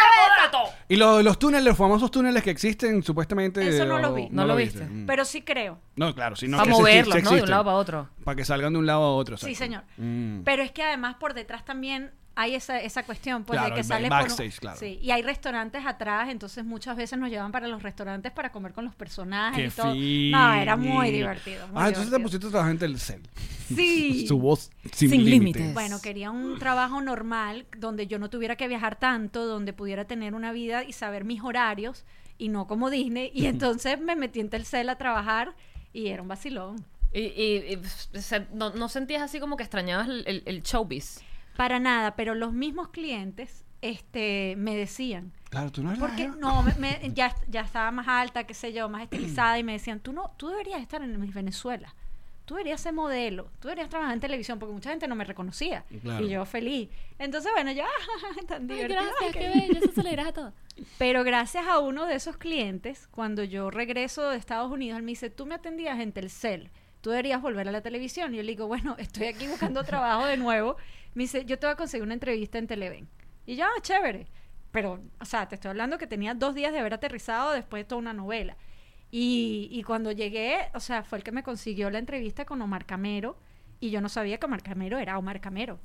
Y lo- los túneles, los famosos túneles que existen, supuestamente.
Eso no
o-
lo vi.
No lo viste.
Mm.
Pero sí creo.
No, claro, si no.
Para
que ese chiste
moverlos, ¿no? De
existe.
un lado para otro.
Para que salgan de un lado a otro.
Sí,
exacto.
señor.
Mm.
Pero es que además por detrás también hay esa, esa cuestión, pues
Claro,
de que
el
sale
back- backstage,
por un-
claro.
Sí, y hay restaurantes atrás, entonces muchas veces nos llevan para los restaurantes para comer con los personajes
Qué
y todo.
fin.
No, era muy divertido. muy
ah, entonces te
divertido.
pusiste a trabajar en Telcel.
Sí.
Su voz sin,
Sin
límites.
límites.
Bueno, quería un trabajo normal donde yo no tuviera que viajar tanto, donde pudiera tener una vida y saber mis horarios y no como Disney. Y entonces me metí en Telcel a trabajar y era un vacilón.
Y, y- y, pf, se- no, no sentías así como que extrañabas el, el- el showbiz.
Para nada, pero los mismos clientes este, me decían,
Claro, tú no eres.
porque
la-
no, me- me- ya, ya estaba más alta, qué sé yo, más estilizada y me decían, tú no, tú deberías estar en Miss Venezuela, tú deberías ser modelo, tú deberías trabajar en televisión, porque mucha gente no me reconocía
Claro.
y yo feliz. Entonces, bueno, yo, ah, tan divertido, ay, qué
eso se le a todo.
pero gracias a uno de esos clientes, cuando yo regreso de Estados Unidos, él me dice, tú me atendías en Telcel, tú deberías volver a la televisión. Y yo le digo, bueno, estoy aquí buscando trabajo de nuevo. Me dice, yo te voy a conseguir una entrevista en Televen. Y yo, ah, chévere. Pero, o sea, te estoy hablando que tenía dos días de haber aterrizado después de toda una novela. Y, y cuando llegué, o sea, fue el que me consiguió la entrevista con Omar Camero. Y yo no sabía que Omar Camero era Omar Camero.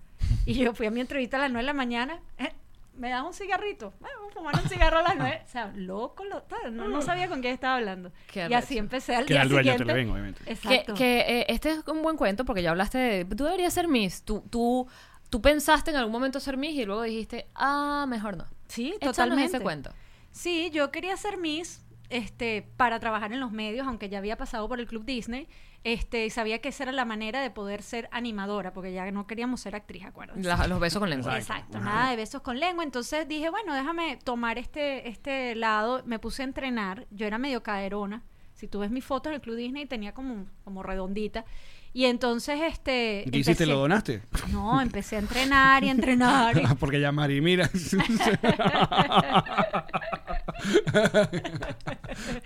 Y yo fui a mi entrevista a las 9 de la mañana. Eh, ¿Me das un cigarrito? Bueno, vamos a fumar un cigarro a las 9. O sea, loco, lo- tal, no, no sabía con quién estaba hablando.
Qué
y
arrecho.
así empecé al
Que
día
era el dueño de
siguiente.
Televen, obviamente.
Que,
Exacto.
que, eh, este es un buen cuento porque ya hablaste de. Tú deberías ser Miss. Tú, tú, tú pensaste en algún momento ser Miss y luego dijiste, ah, mejor no.
Sí,
Échanos
totalmente.
ese cuento.
Sí, yo quería ser Miss este, para trabajar en los medios, aunque ya había pasado por el Club Disney, este, sabía que esa era la manera de poder ser animadora, porque ya no queríamos ser actriz, ¿acuerdas?
La- los besos con lengua.
Exacto, nada de besos con lengua. Entonces dije, bueno, déjame tomar este, este lado. Me puse a entrenar. Yo era medio caderona. Si tú ves mis fotos en el Club Disney, tenía como, como redondita. Y entonces, este.
eh,
¿Y ¿Qué hiciste?
empecé-
¿Lo donaste?
No, empecé a entrenar y a entrenar. y-
Porque ya Mari, mira.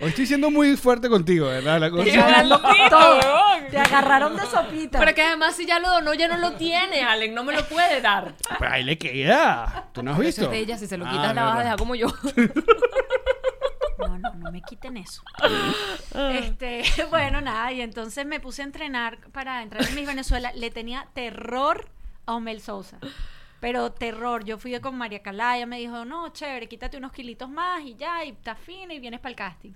Hoy estoy siendo muy fuerte contigo, ¿verdad? La
Sí,
Te
cosa.
agarró-
maldito,
todo.
weón.
Te agarraron de sopita.
Pero que además si ya lo donó, ya no lo tiene, Alec. No me lo puede dar.
Pero ahí le queda. ¿Tú no has
Eso
visto?
es de ella. Si se lo
Ah,
quitas, la vas a
verdad.
dejar como yo.
No, no, no me quiten eso. este, bueno, nada, y entonces me puse a entrenar para entrar en Miss Venezuela. Le tenía terror a Omel Sousa. Pero terror, yo fui con María Calaya, me dijo, no, chévere, quítate unos kilitos más y ya, y estás fina y vienes para el casting.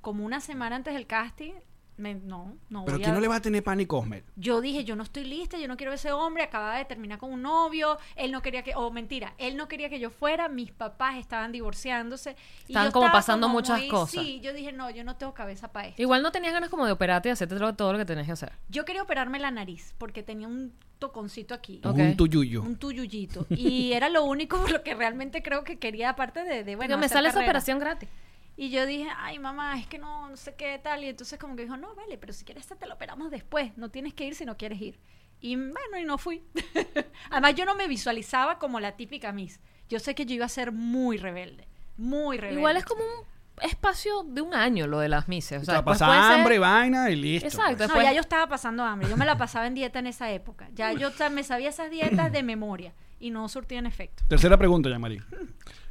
Como una semana antes del casting, me, no, no
Pero
voy
¿quién
a-
no le va a tener pánico a Osmer?
yo dije, yo no estoy lista, yo no quiero a ese hombre, acaba de terminar con un novio, él no quería que, o mentira, él no quería que yo fuera, mis papás estaban divorciándose. y
Estaban
yo
como
estaba
pasando muchas
muy-
cosas.
Sí, yo dije, no, yo no tengo cabeza para esto.
Igual no tenías ganas como de operarte y hacerte lo- todo lo que tenías que hacer.
Yo quería operarme la nariz porque tenía un toconcito aquí.
Ok.
Un tuyuyo.
Un tuyullito. Y era lo único por lo que realmente creo que quería, aparte de, de, bueno.
Porque me
hacer
sale esa
carrera.
operación gratis.
Y yo dije, ay, mamá, es que no, no sé qué tal. Y entonces como que dijo, no, vale, pero si quieres te lo operamos después. No tienes que ir si no quieres ir. Y bueno, y no fui. Además, yo no me visualizaba como la típica Miss. Yo sé que yo iba a ser muy rebelde. Muy rebelde.
Igual es como un espacio de un año lo de las mises. O
O sea,
sea, después
pasa
puede ser-
hambre, vaina y listo.
Exacto.
pues.
después-
No, ya yo estaba pasando hambre. Yo me la pasaba en dieta en esa época. Ya yo ta- me sabía esas dietas de memoria y no surtían efecto.
Tercera pregunta, Yamari.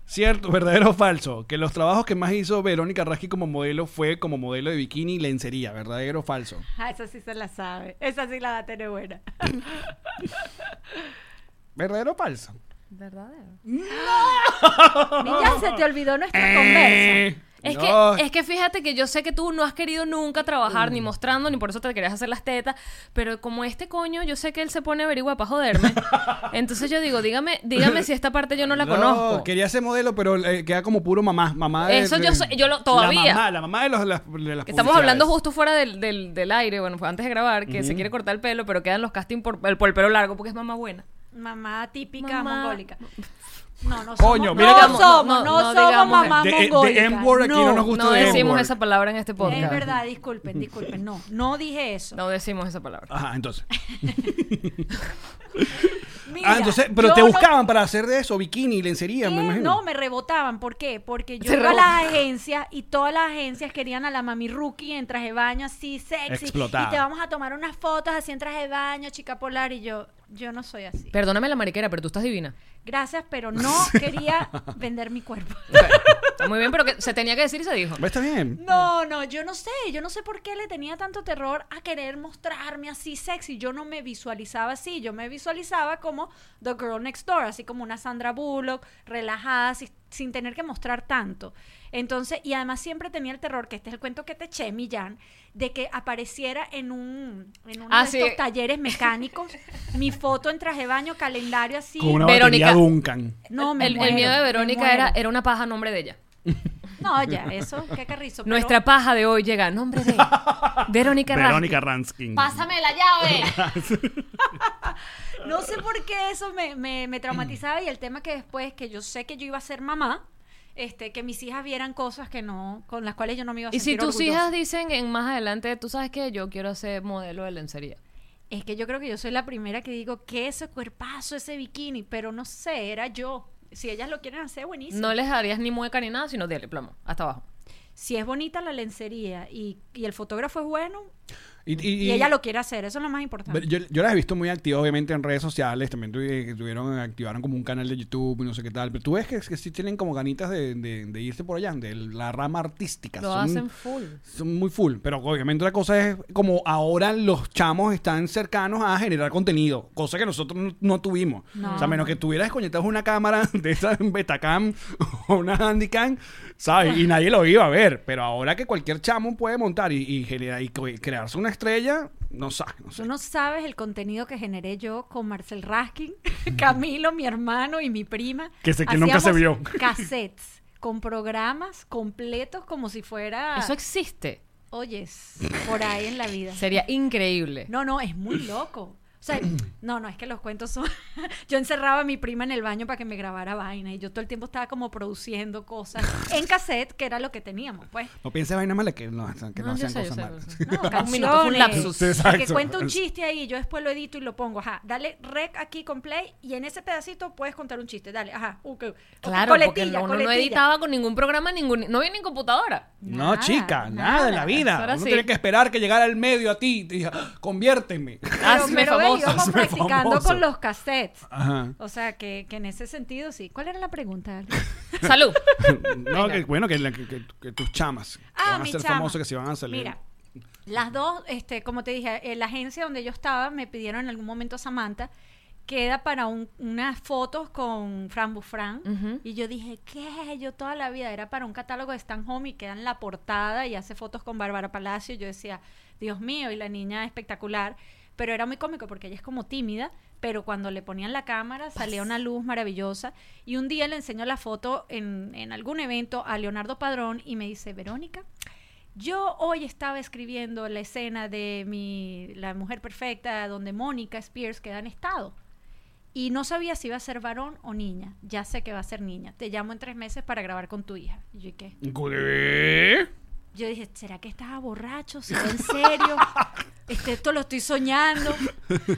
Cierto, verdadero o falso, que los trabajos que más hizo Verónica Rasky como modelo fue como modelo de bikini y lencería, verdadero o falso.
Ah, esa sí se la sabe. Esa sí la va a tener buena.
¿Verdadero o falso?
Verdadero.
Mira, se te olvidó nuestra
Eh.
conversa.
Es,
No.
que, es que fíjate que yo sé que tú no has querido nunca trabajar
Mm.
ni mostrando, ni por eso te querías hacer las tetas, pero como este coño, yo sé que él se pone a averiguar para joderme. Entonces yo digo, dígame, dígame si esta parte yo no la conozco.
Quería ser modelo, pero eh, queda como puro mamá. mamá de-
Eso yo
de-
soy- yo lo- todavía.
La mamá, la mamá de, los, las- de las
Estamos hablando
publicidades.
justo fuera del, del- del aire, bueno, fue antes de grabar, que se quiere cortar el pelo, pero quedan los castings por, el- por el pelo largo porque es mamá buena.
Mamá típica
Mamá.
mongólica. No, no
Coño,
somos,
mira
no
que-
somos,
no,
no,
no
somos
digamos
mamá
de- de
mongólica.
M-word aquí no nos gusta. Justo
No
de
decimos
Hamburg.
esa palabra en este podcast.
Es verdad, disculpen, disculpen. No, no dije eso.
No decimos esa palabra.
Ajá, entonces.
Mira,
Ah, entonces, pero
yo
te
no-
buscaban para hacer de eso, bikini, lencería, me
¿Qué?
imagino.
No, me rebotaban. ¿Por qué? Porque yo
Te
iba a las
rebotaban.
agencias y todas las agencias querían a la mami rookie en traje de baño así sexy.
Explotada.
Y te vamos a tomar unas fotos así en traje de baño, chica polar. Y yo, yo no soy así.
Perdóname la mariquera, pero tú estás divina.
Gracias, pero no quería vender mi cuerpo.
Está Muy bien, pero que se tenía que decir y se dijo.
Está bien.
No, no, yo no sé, yo no sé por qué le tenía tanto terror a querer mostrarme así sexy. Yo no me visualizaba así, yo me visualizaba como The Girl Next Door, así como una Sandra Bullock, relajada, si- sin tener que mostrar tanto. Entonces, y además siempre tenía el terror, que este es el cuento que te eché, Millán, de que apareciera en un en uno
Ah,
de
sí.
estos talleres mecánicos mi foto en traje de baño, calendario así.
Con una
Verónica.
batería Duncan.
No, me
el, el
muero,
miedo de
me
Verónica
muero.
era, era una paja a nombre de ella.
No, ya, eso, qué carrizo. pero-
Nuestra paja de hoy llega a nombre de Verónica Raskin.
Verónica Ranskin.
Pásame la llave.
No sé por qué eso me, me- me traumatizaba y el tema que después, que yo sé que yo iba a ser mamá, este, que mis hijas vieran cosas que no, con las cuales yo no me iba a
y
sentir
si tus
orgullosa.
hijas dicen en más adelante, tú sabes que yo quiero ser modelo de lencería.
Es que yo creo que yo soy la primera que digo, que ese cuerpazo, ese bikini? Pero no sé, era yo. Si ellas lo quieren hacer, buenísimo.
No les darías ni mueca ni nada, sino dele plomo, hasta abajo.
Si es bonita la lencería y, y el fotógrafo es bueno,
Y,
y, ella lo quiere hacer, eso es lo más importante.
Pero Yo, yo las he visto muy activas, obviamente, en redes sociales. También tuvi- tuvieron, activaron como un canal de YouTube y no sé qué tal. Pero tú ves que, que sí tienen como ganitas de, de- de irse por allá, de la rama artística.
Lo
Son-
hacen full.
Son muy full, pero obviamente la cosa es como ahora los chamos están cercanos a generar contenido, cosa que nosotros no, no tuvimos.
No.
O sea, menos que tuvieras conectado una cámara de esa Betacam o una Handycam, ¿sabes? Y nadie lo iba a ver, pero ahora que cualquier chamo puede montar y, y generar y co- y crearse una estrella, no sabe, no sé.
Tú no sabes el contenido que generé yo con Marcel Raskin, Camilo, mi hermano y mi prima.
Que sé que nunca se
Hacíamos
vio.
Cassettes con programas completos como si fuera...
Eso existe.
Oyes, por ahí en la vida.
Sería increíble.
No, no, es muy loco. O sea, no, no, es que los cuentos son... yo encerraba a mi prima en el baño para que me grabara vaina y yo todo el tiempo estaba como produciendo cosas en cassette, que era lo que teníamos, pues.
No pienses vaina mala que no, que no,
No, yo
sean
sé, yo
cosas
sé,
malas.
yo sé.
No,
Un minuto, fue un lapsus.
canciones.
Exacto.
Que cuenta un chiste ahí, yo después lo edito y lo pongo. Ajá, dale rec aquí con play y en ese pedacito puedes contar un chiste. Dale, ajá. ok, ok,
Claro, porque no, uno no
coletilla.
editaba con ningún programa, ningún, no había ni computadora.
No,
Nada,
chica, nada, en la vida.
Ahora
Uno
sí.
tiene que esperar que llegara el medio a ti y te diga, "Ah, conviérteme.
Pero,
Hazme
pero ve,
famoso.
íbamos
Hazme
practicando
famoso.
con los cassettes.
Ajá.
O sea, que, que en ese sentido sí. ¿Cuál era la pregunta?
Salud.
No, que, bueno, que, la- que- que- que tus chamas que
Ah,
van a
mi
ser
chama.
famosos, que si van a salir.
Mira, las dos, este, como te dije, eh, la agencia donde yo estaba me pidieron en algún momento a Samantha queda para un- unas fotos con Fran Bufran
Ujú.
y yo dije qué yo toda la vida era para un catálogo de Stan Home y queda en la portada y hace fotos con Bárbara Palacio y yo decía Dios mío y la niña espectacular pero era muy cómico porque ella es como tímida pero cuando le ponían la cámara salía una luz maravillosa y un día le enseñó la foto en, en algún evento a Leonardo Padrón y me dice Verónica yo hoy estaba escribiendo la escena de mi La Mujer Perfecta, donde Mónica Spears queda en estado. Y no sabía si iba a ser varón o niña. Ya sé que va a ser niña. Te llamo en tres meses para grabar con tu hija. Y yo, ¿y ¿qué?
¿Qué?
Yo dije, ¿será que estaba borracho? ¿Será en serio? Este, esto lo estoy soñando.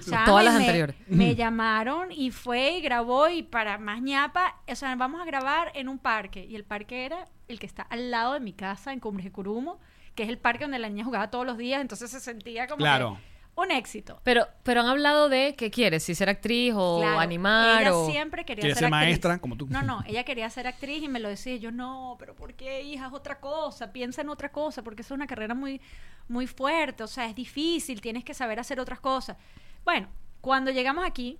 Chama,
Todas las
y me-
anteriores.
Me llamaron y fue y grabó y para más ñapa, o sea, vamos a grabar en un parque. Y el parque era el que está al lado de mi casa, en Cumbres de Curumo, que es el parque donde la niña jugaba todos los días, entonces se sentía como
Claro.
que un éxito.
Pero, pero han hablado de qué quieres, si ser actriz o
Claro,
animar
ella
o...
siempre quería
Quería
ser,
ser
actriz.
maestra, como tú.
No, no, ella quería ser actriz y me lo decía. y Yo, no, pero ¿por qué, hija? Es otra cosa, piensa en otra cosa, porque eso es una carrera muy, muy fuerte, o sea, es difícil, tienes que saber hacer otras cosas. Bueno, cuando llegamos aquí,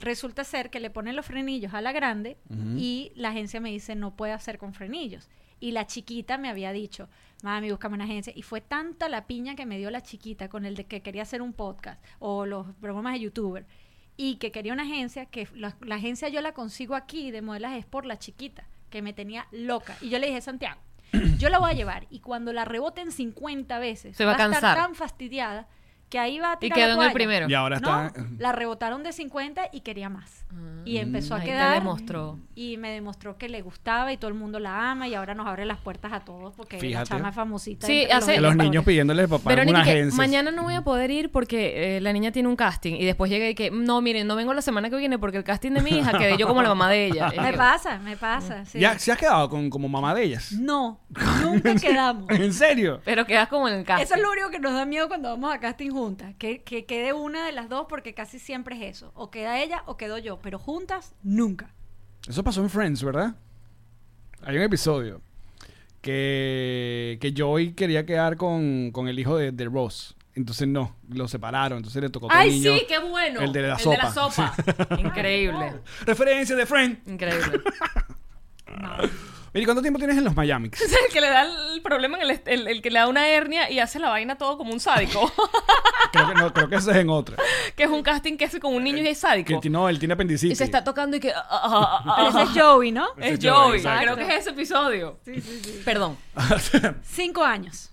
resulta ser que le ponen los frenillos a la grande y la agencia me dice, no puede hacer con frenillos. Y la chiquita me había dicho, mami, búscame una agencia. Y fue tanta la piña que me dio la chiquita con el de que quería hacer un podcast o los programas de youtuber y que quería una agencia, que la, la agencia yo la consigo aquí de modelas es por la chiquita, que me tenía loca. Y yo le dije, Santiago, yo la voy a llevar y cuando la reboten 50 veces,
Se va a
estar
cansar.
tan fastidiada que ahí va a tirar
quedó en
la
el
toalla.
primero.
Y ahora
No,
está. eh,
la rebotaron de 50 y quería más. Y empezó a
Ah, Ahí te
quedar
demostró.
y me demostró que le gustaba y todo el mundo la ama y ahora nos abre las puertas a todos porque la
Fíjate.
chama es famosita.
Sí,
entre
hace-
Que
eh,
los
eh,
niños pidiéndole papá en una
Verónica, que
agencia.
mañana no voy a poder ir porque eh, la niña tiene un casting y después llega y que, no, miren, no vengo la semana que viene porque el casting de mi hija quedé yo como la mamá de ella.
Me pasa, me pasa. sí.
Mm. ¿Ya se has quedado con, como mamá de ellas?
No, nunca quedamos.
¿En serio?
Pero quedas como en el casting.
Eso es lo único que nos da miedo cuando vamos a casting juntas. Que, que quede una de las dos porque casi siempre es eso. O queda ella o quedo yo. Pero juntas, nunca.
Eso pasó en Friends, ¿verdad? Hay un episodio que, que Joey quería quedar con, con el hijo de, de Ross. Entonces no, lo separaron. Entonces le tocó a otro
¡Ay,
niño.
sí! ¡Qué bueno!
El de la
El de la
sopa.
sopa. Increíble.
Referencia de Friends.
Increíble.
Mira, ¿y ¿cuánto tiempo tienes en los Miami?
Es el que le da el problema, en el, est- el- el que le da una hernia y hace la vaina todo como un sádico.
Creo que, no, creo que ese es en otra.
que es un casting que hace con un niño y es
Que
sádico.
ti- no, él tiene
Y
apendicitis.
se está tocando y que... ah, ah, ah,
Pero
ah,
ese es Joey, ¿no?
Ese es
Es
Joey,
Joey.
exacto.
Creo que es ese episodio. Perdón.
Cinco años.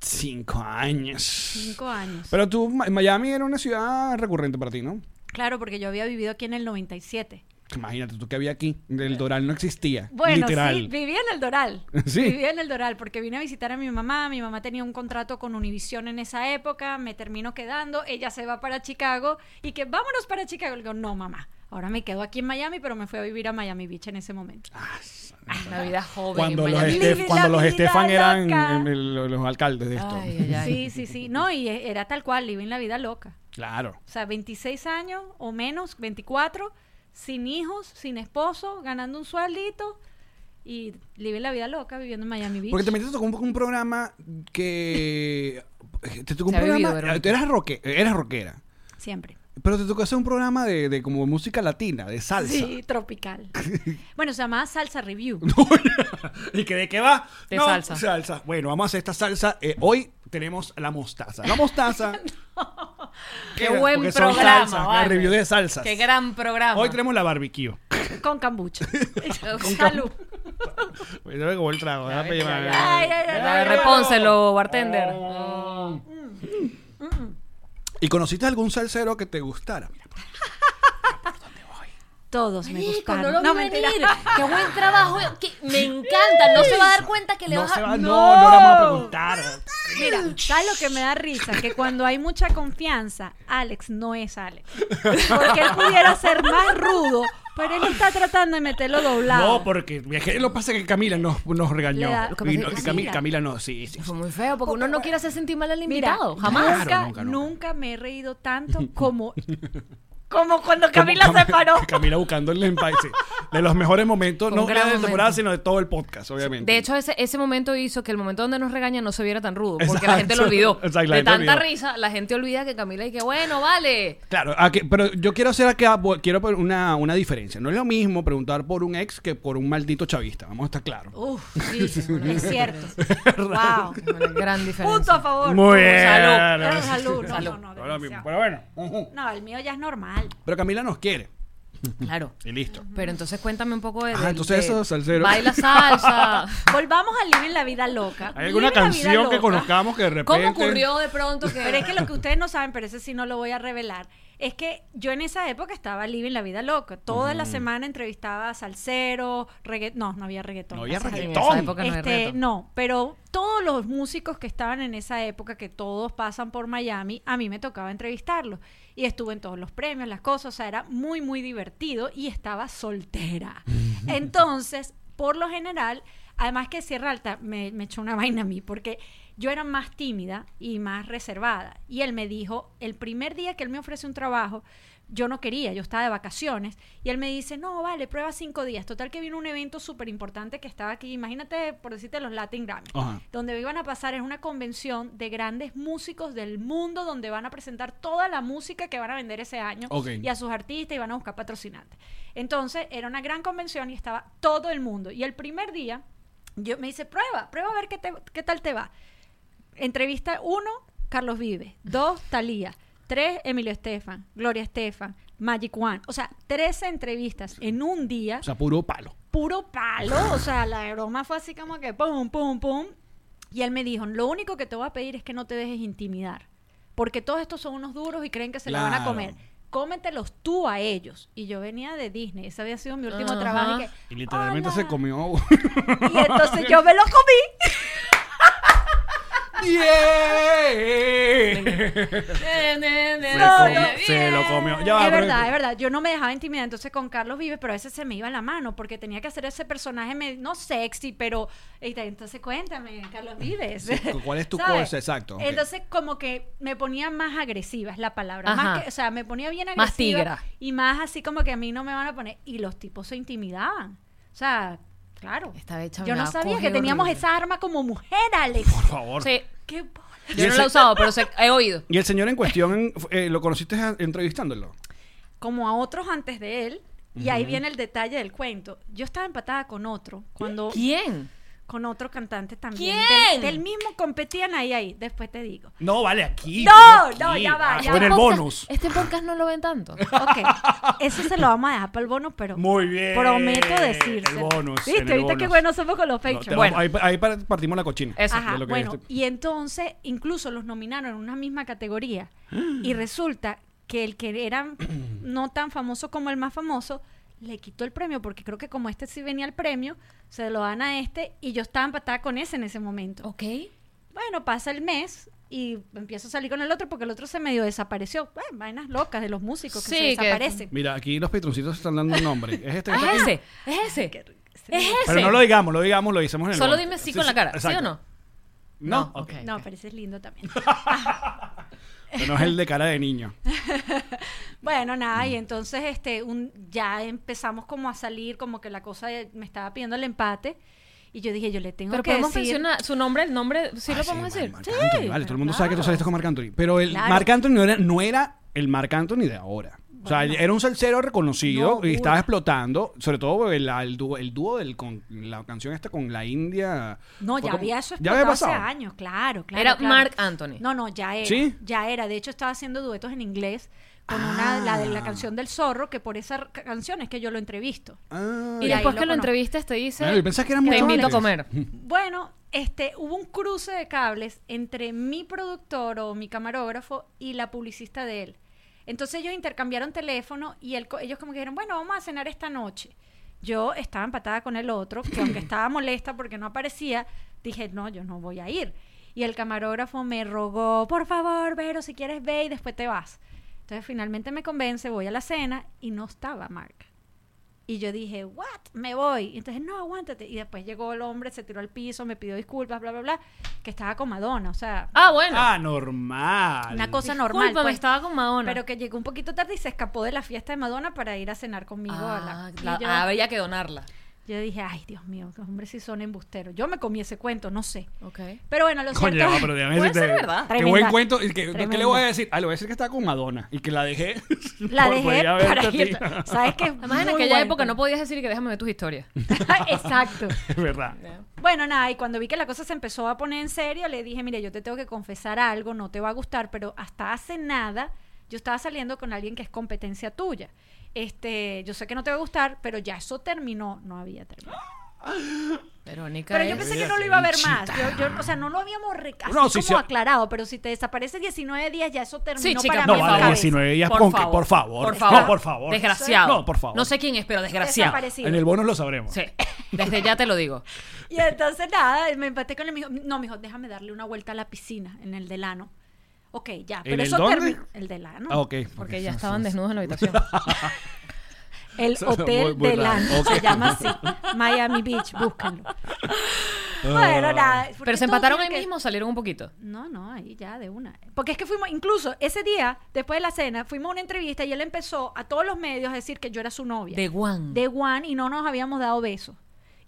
Cinco años.
Cinco años.
Pero tú, Ma- Miami era una ciudad recurrente para ti, ¿no?
Claro, porque yo había vivido aquí en el 97.
Imagínate tú que había aquí. El Doral no existía.
Bueno,
literal.
sí, vivía en el Doral.
Sí.
Vivía en el Doral porque vine a visitar a mi mamá. Mi mamá tenía un contrato con Univision en esa época. Me termino quedando. Ella se va para Chicago y que vámonos para Chicago. Le digo, no, mamá. Ahora me quedo aquí en Miami, pero me fui a vivir a Miami Beach en ese momento.
Ah, La vida joven.
cuando
en
los,
Miami.
Steph-
Estef-
Living
cuando
la
los
vida
Estefan eran
loca.
em, el- los, alcaldes de esto.
Ay, ay, ay.
Sí, sí, sí. No, y e- era tal cual, living la vida loca.
Claro.
O sea, 26 años o menos, 24, sin hijos, sin esposo, ganando un sueldito y living la vida loca viviendo en Miami Beach.
Porque también te tocó un, un programa que. Te tocó un
Se ha vivido,
programa.
Verónica.
tú eras, roque- eras rockera.
Siempre.
Pero te tocó hacer un programa de, de como música latina, de salsa.
Sí, tropical. bueno, se llamaba Salsa Review.
¿Y que de qué va?
De salsa.
Salsa. Bueno, vamos a hacer esta salsa. Eh, hoy tenemos la mostaza. La mostaza.
Qué
Porque
buen
son
programa.
salsas,
vale.
la review de salsas.
Qué gran programa.
Hoy tenemos la barbecue.
Con cambucha.
Con
Salud.
Pues yo me como el trago. déjame
vete,
llevar.
ya,
ya. Ay, ay, ay,
Ya,
ay,
Repónselo, bartender.
Oh. ¿Y conociste algún salsero que te gustara? Mira,
Todos me
Marico,
gustaron.
no lo vi
mentira.
venir. Qué buen trabajo. que me encanta. No se va a dar cuenta que le
no,
vas
se
a.
va- Ah, no, no le vamos a
Oh.
preguntar.
Mira, ¿sabes lo que me da risa? Que cuando hay mucha confianza, Alex no es Alex. Porque él pudiera ser más rudo, pero él está tratando de meterlo doblado.
No, porque es que lo que pasa es que Camila nos, nos regañó.
Le da-
Y
lo que pasa es
no-
que
y Camila,
Camila-
Camila no, sí, sí.
Fue muy feo porque uno no quiere hacer sentir mal al
Mira,
invitado. Jamás.
Nunca,
Claro, nunca,
nunca,
nunca.
me he reído tanto como, como cuando Camila
Como Cam-
se paró.
Camila buscando el empate. sí. De los mejores momentos,
Fue
no
un
de
gran
la temporada,
momento.
sino de todo el podcast, obviamente.
De hecho, ese, ese momento hizo que el momento donde nos regaña no se viera tan rudo, porque
Exacto.
la gente lo olvidó.
Exacto, la
de
gente
tanta
olvidó.
risa, la gente olvida que Camila y que bueno, vale.
Claro, a que- pero yo quiero hacer acá, bu- quiero poner una, una diferencia. No es lo mismo preguntar por un ex que por un maldito chavista, vamos a estar claros.
Uf,
Sí, sí, es una-
es cierto. wow.
es una gran diferencia.
Punto a favor.
Muy bien.
Salud. Ah, salud. No,
Salud.
no, no,
No es lo mismo,
demasiado.
pero bueno. ujú.
No, el mío ya es normal.
Pero Camila nos quiere.
Claro.
Y listo.
Pero entonces cuéntame un poco de.
Ah,
del-
entonces
de-
eso, salsero.
Baila salsa.
Volvamos a Living la Vida Loca.
¿Hay alguna
Living la Vida
canción que
Loca.
conozcamos que de repente...
¿Cómo ocurrió de pronto que.?
Pero es que lo que ustedes no saben, pero ese sí no lo voy a revelar, es que yo en esa época estaba living la vida loca. Toda la semana entrevistaba a salsero, reggaetón. No, no había reggaetón.
No había
gracias a Dios.
en
reggaetón.
esa época no hay
Este,
reto.
no, pero todos los músicos que estaban en esa época, que todos pasan por Miami, a mí me tocaba entrevistarlos. Y estuve en todos los premios, las cosas, o sea, era muy, muy divertido y estaba soltera. Entonces, por lo general, además que Sierra Alta me, me echó una vaina a mí, porque yo era más tímida y más reservada. Y él me dijo, el primer día que él me ofrece un trabajo, yo no quería, yo estaba de vacaciones, y él me dice, no, vale, prueba cinco días. Total que vino un evento súper importante que estaba aquí, imagínate, por decirte, los Latin Grammy,
Ajá.
donde iban a pasar en una convención de grandes músicos del mundo, donde van a presentar toda la música que van a vender ese año
Ok.
y a sus artistas y van a buscar patrocinantes. Entonces, era una gran convención y estaba todo el mundo. Y el primer día, yo me dice, prueba, prueba a ver qué, te- qué tal te va. Entrevista 1, Carlos Vives. 2, Talía. 3, Emilio Estefan. Gloria Estefan. Magic One. O sea, 13 entrevistas en un día.
O sea, puro palo.
Puro palo. O sea, la broma fue así como que pum, pum, pum. Y él me dijo, lo único que te voy a pedir es que no te dejes intimidar. Porque todos estos son unos duros y creen que se la van a
Claro.
comer. Cómetelos tú a ellos. Y yo venía de Disney. Ese había sido mi último
Ajá.
trabajo. Y, que,
Y literalmente
"Hola".
se comió.
Y entonces yo me lo comí.
¡Yeah!
Se
Se
No,
comió-
no.
Se lo comió. Ya va,
es
pero-
verdad, es verdad. Yo no me dejaba intimidar entonces con Carlos Vives, pero a veces se me iba la mano porque tenía que hacer ese personaje, me- no sexy, pero y te- entonces cuéntame, Carlos Vives.
Sí, ¿cuál es tu cosa? Exacto, ok.
Entonces como que me ponía más agresiva, es la palabra.
Ajá.
Más que- o sea, me ponía bien agresiva.
Más tigra.
Y más así como que a mí no me van a poner. Y los tipos se intimidaban. O sea, claro.
Esta bicha me
Yo
va
no
a
sabía que
coger
teníamos
horrible.
esa arma como mujer, Alex.
Por favor.
Sí.
Qué bola.
Y
Yo no
ese-
la he usado, pero se- he oído.
Y el señor en cuestión, eh, ¿lo conociste a- entrevistándolo?
como a otros antes de él. Y ahí viene el detalle del cuento. Yo estaba empatada con otro, cuando
¿Quién?
con otro cantante también.
¿Quién?
Del, del mismo competían ahí, ahí. Después te digo.
No, vale, aquí.
No, aquí. no, ya va, Ah, ya
Con
va.
el
Podcast-
bonus.
Este podcast no lo ven tanto.
Ok, eso se lo vamos a dejar para el bonus, pero
Muy bien.
prometo decirse.
El bonus,
¿Viste?
en el
Ahorita
bonus.
qué bueno somos con los
No, te
Patreon.
vamos- ahí, ahí para- partimos la cochina.
Eso.
Ajá,
de lo que
bueno,
este-
y entonces incluso los nominaron en una misma categoría y resulta que el que era no tan famoso como el más famoso le quitó el premio porque creo que como este sí venía el premio, se lo dan a este y yo estaba empatada con ese en ese momento.
Oh.
Ok.
Bueno, pasa el mes y empiezo a salir con el otro porque el otro se medio desapareció. Bueno, vainas locas de los músicos que
Sí,
se
que-
desaparecen.
Mira, aquí los patroncitos están dando un nombre. Es este que está
Ah,
aquí.
Es ese, es ese.
Qué rico. Sí.
Es ese.
Pero no lo digamos, lo digamos, lo decimos en el
Ah, Solo
bonus.
dime sí con la cara, ¿sí o
exacto.
no?
No,
No,
ok.
ok.
No, pero ese es lindo también.
Pero no es el de cara de niño.
Bueno, nada,
Mm.
y entonces este, un, ya empezamos como a salir, como que la cosa de- me estaba pidiendo el empate. Y yo dije, yo le tengo
Pero
que
podemos
decir.
mencionar su nombre, el nombre, sí lo podemos decir.
Marc Anthony, vale, todo el mundo sabe que tú
claro.
saliste con Marc Anthony. Pero el
Claro.
Marc Anthony no era, no era el Marc Anthony de ahora. O sea, era un salsero reconocido
No,
y estaba
burda.
explotando, sobre todo el, el dúo, el dúo del, con la canción esta con la India.
No,
Fue
ya
como-
había eso
ya había
explotado hace
pasado.
años, claro, claro.
Era
claro.
Marc Anthony.
No, no, ya era.
¿Sí?
Ya era. De hecho, estaba haciendo duetos en inglés con una, la de la canción del zorro, que por esa ca- canción es que yo lo entrevisto.
Ah,
Y
de ahí
después
lo
que
conozco.
lo entrevistas te dice,
Claro, yo pensaba que era mucho
te invito a
antes".
comer.
Bueno, este, hubo un cruce de cables entre mi productor o mi camarógrafo y la publicista de él. Entonces ellos intercambiaron teléfono y él co- ellos como que dijeron, bueno, vamos a cenar esta noche. Yo estaba empatada con el otro, que aunque estaba molesta porque no aparecía, dije, no, yo no voy a ir. Y el camarógrafo me rogó, por favor, Vero, si quieres ve y después te vas. Entonces finalmente me convence, voy a la cena y no estaba Mark. Y yo dije, ¿what? Me voy. Y entonces, no, aguántate. Y después llegó el hombre, se tiró al piso, me pidió disculpas, bla, bla, bla, que estaba con Madonna, o sea,
Ah, bueno.
Ah, normal.
una cosa normal.
Disculpa, me
pues.
estaba con Madonna.
Pero que llegó un poquito tarde y se escapó de la fiesta de Madonna para ir a cenar conmigo.
Ah,
a la, y
la-
yo,
ah, habría que donarla.
yo dije, ay, Dios mío, los hombres sí son embusteros. Yo me comí ese cuento, no sé.
Ok.
Pero bueno, lo
Coño,
cierto
no,
es-
pero déjame
Puede
decirte-
ser verdad.
Qué
Tremenda.
buen cuento. ¿Y qué, ¿Qué le
Tremenda.
voy a decir? Ah, le voy a decir que estaba con Madonna y que la dejé.
la
por
dejé
poder ir a verte
para
a ti.
ir. ¿Sabes qué?
Además, en
Muy
aquella
bueno.
época no podías decir que déjame ver tus historias.
Exacto.
Es verdad.
Bueno, nada, y cuando vi que la cosa se empezó a poner en serio, le dije, mire, yo te tengo que confesar algo, no te va a gustar, pero hasta hace nada yo estaba saliendo con alguien que es competencia tuya. Este, yo sé que no te va a gustar, pero ya eso terminó, no había terminado.
Verónica.
Pero yo
es-
pensé
Mira
que no
qué
lo iba a ver más.
bichita.
Yo- yo- o sea, no lo habíamos re- así
No, sí,
como
sí.
aclarado, pero si te desaparece 19 días, ya eso terminó
chica,
para
por
No,
mí. en
favor.
vale,
mi cabeza.
19 días,
Por
pon que-
favor.
por favor.
Por favor.
No, por favor.
Desgraciado.
No, por favor.
No sé quién es, pero desgraciado.
Desaparecido.
En el bono lo sabremos.
Sí. Desde ya te lo digo.
Y entonces nada, me empaté con él. Me dijo, no, mijo, déjame darle una vuelta a la piscina en el delano. Ok, ya. Pero
el
eso
dónde?
terminó. El delano.
Ah, ok.
Porque ya estaban desnudos en la habitación.
El
Eso es muy-
Hotel
muy
de
raro.
Lano,
Ok. Ah.
se llama así. Miami Beach, búscalo. Bueno, nada. porque
Pero se
todo
empataron ahí
tiene que-
mismo o salieron un poquito.
No, no, ahí ya de una. Porque es que fuimos, incluso ese día, después de la cena, fuimos a una entrevista y él empezó a todos los medios a decir que yo era su novia.
De Juan.
De Juan y no nos habíamos dado besos.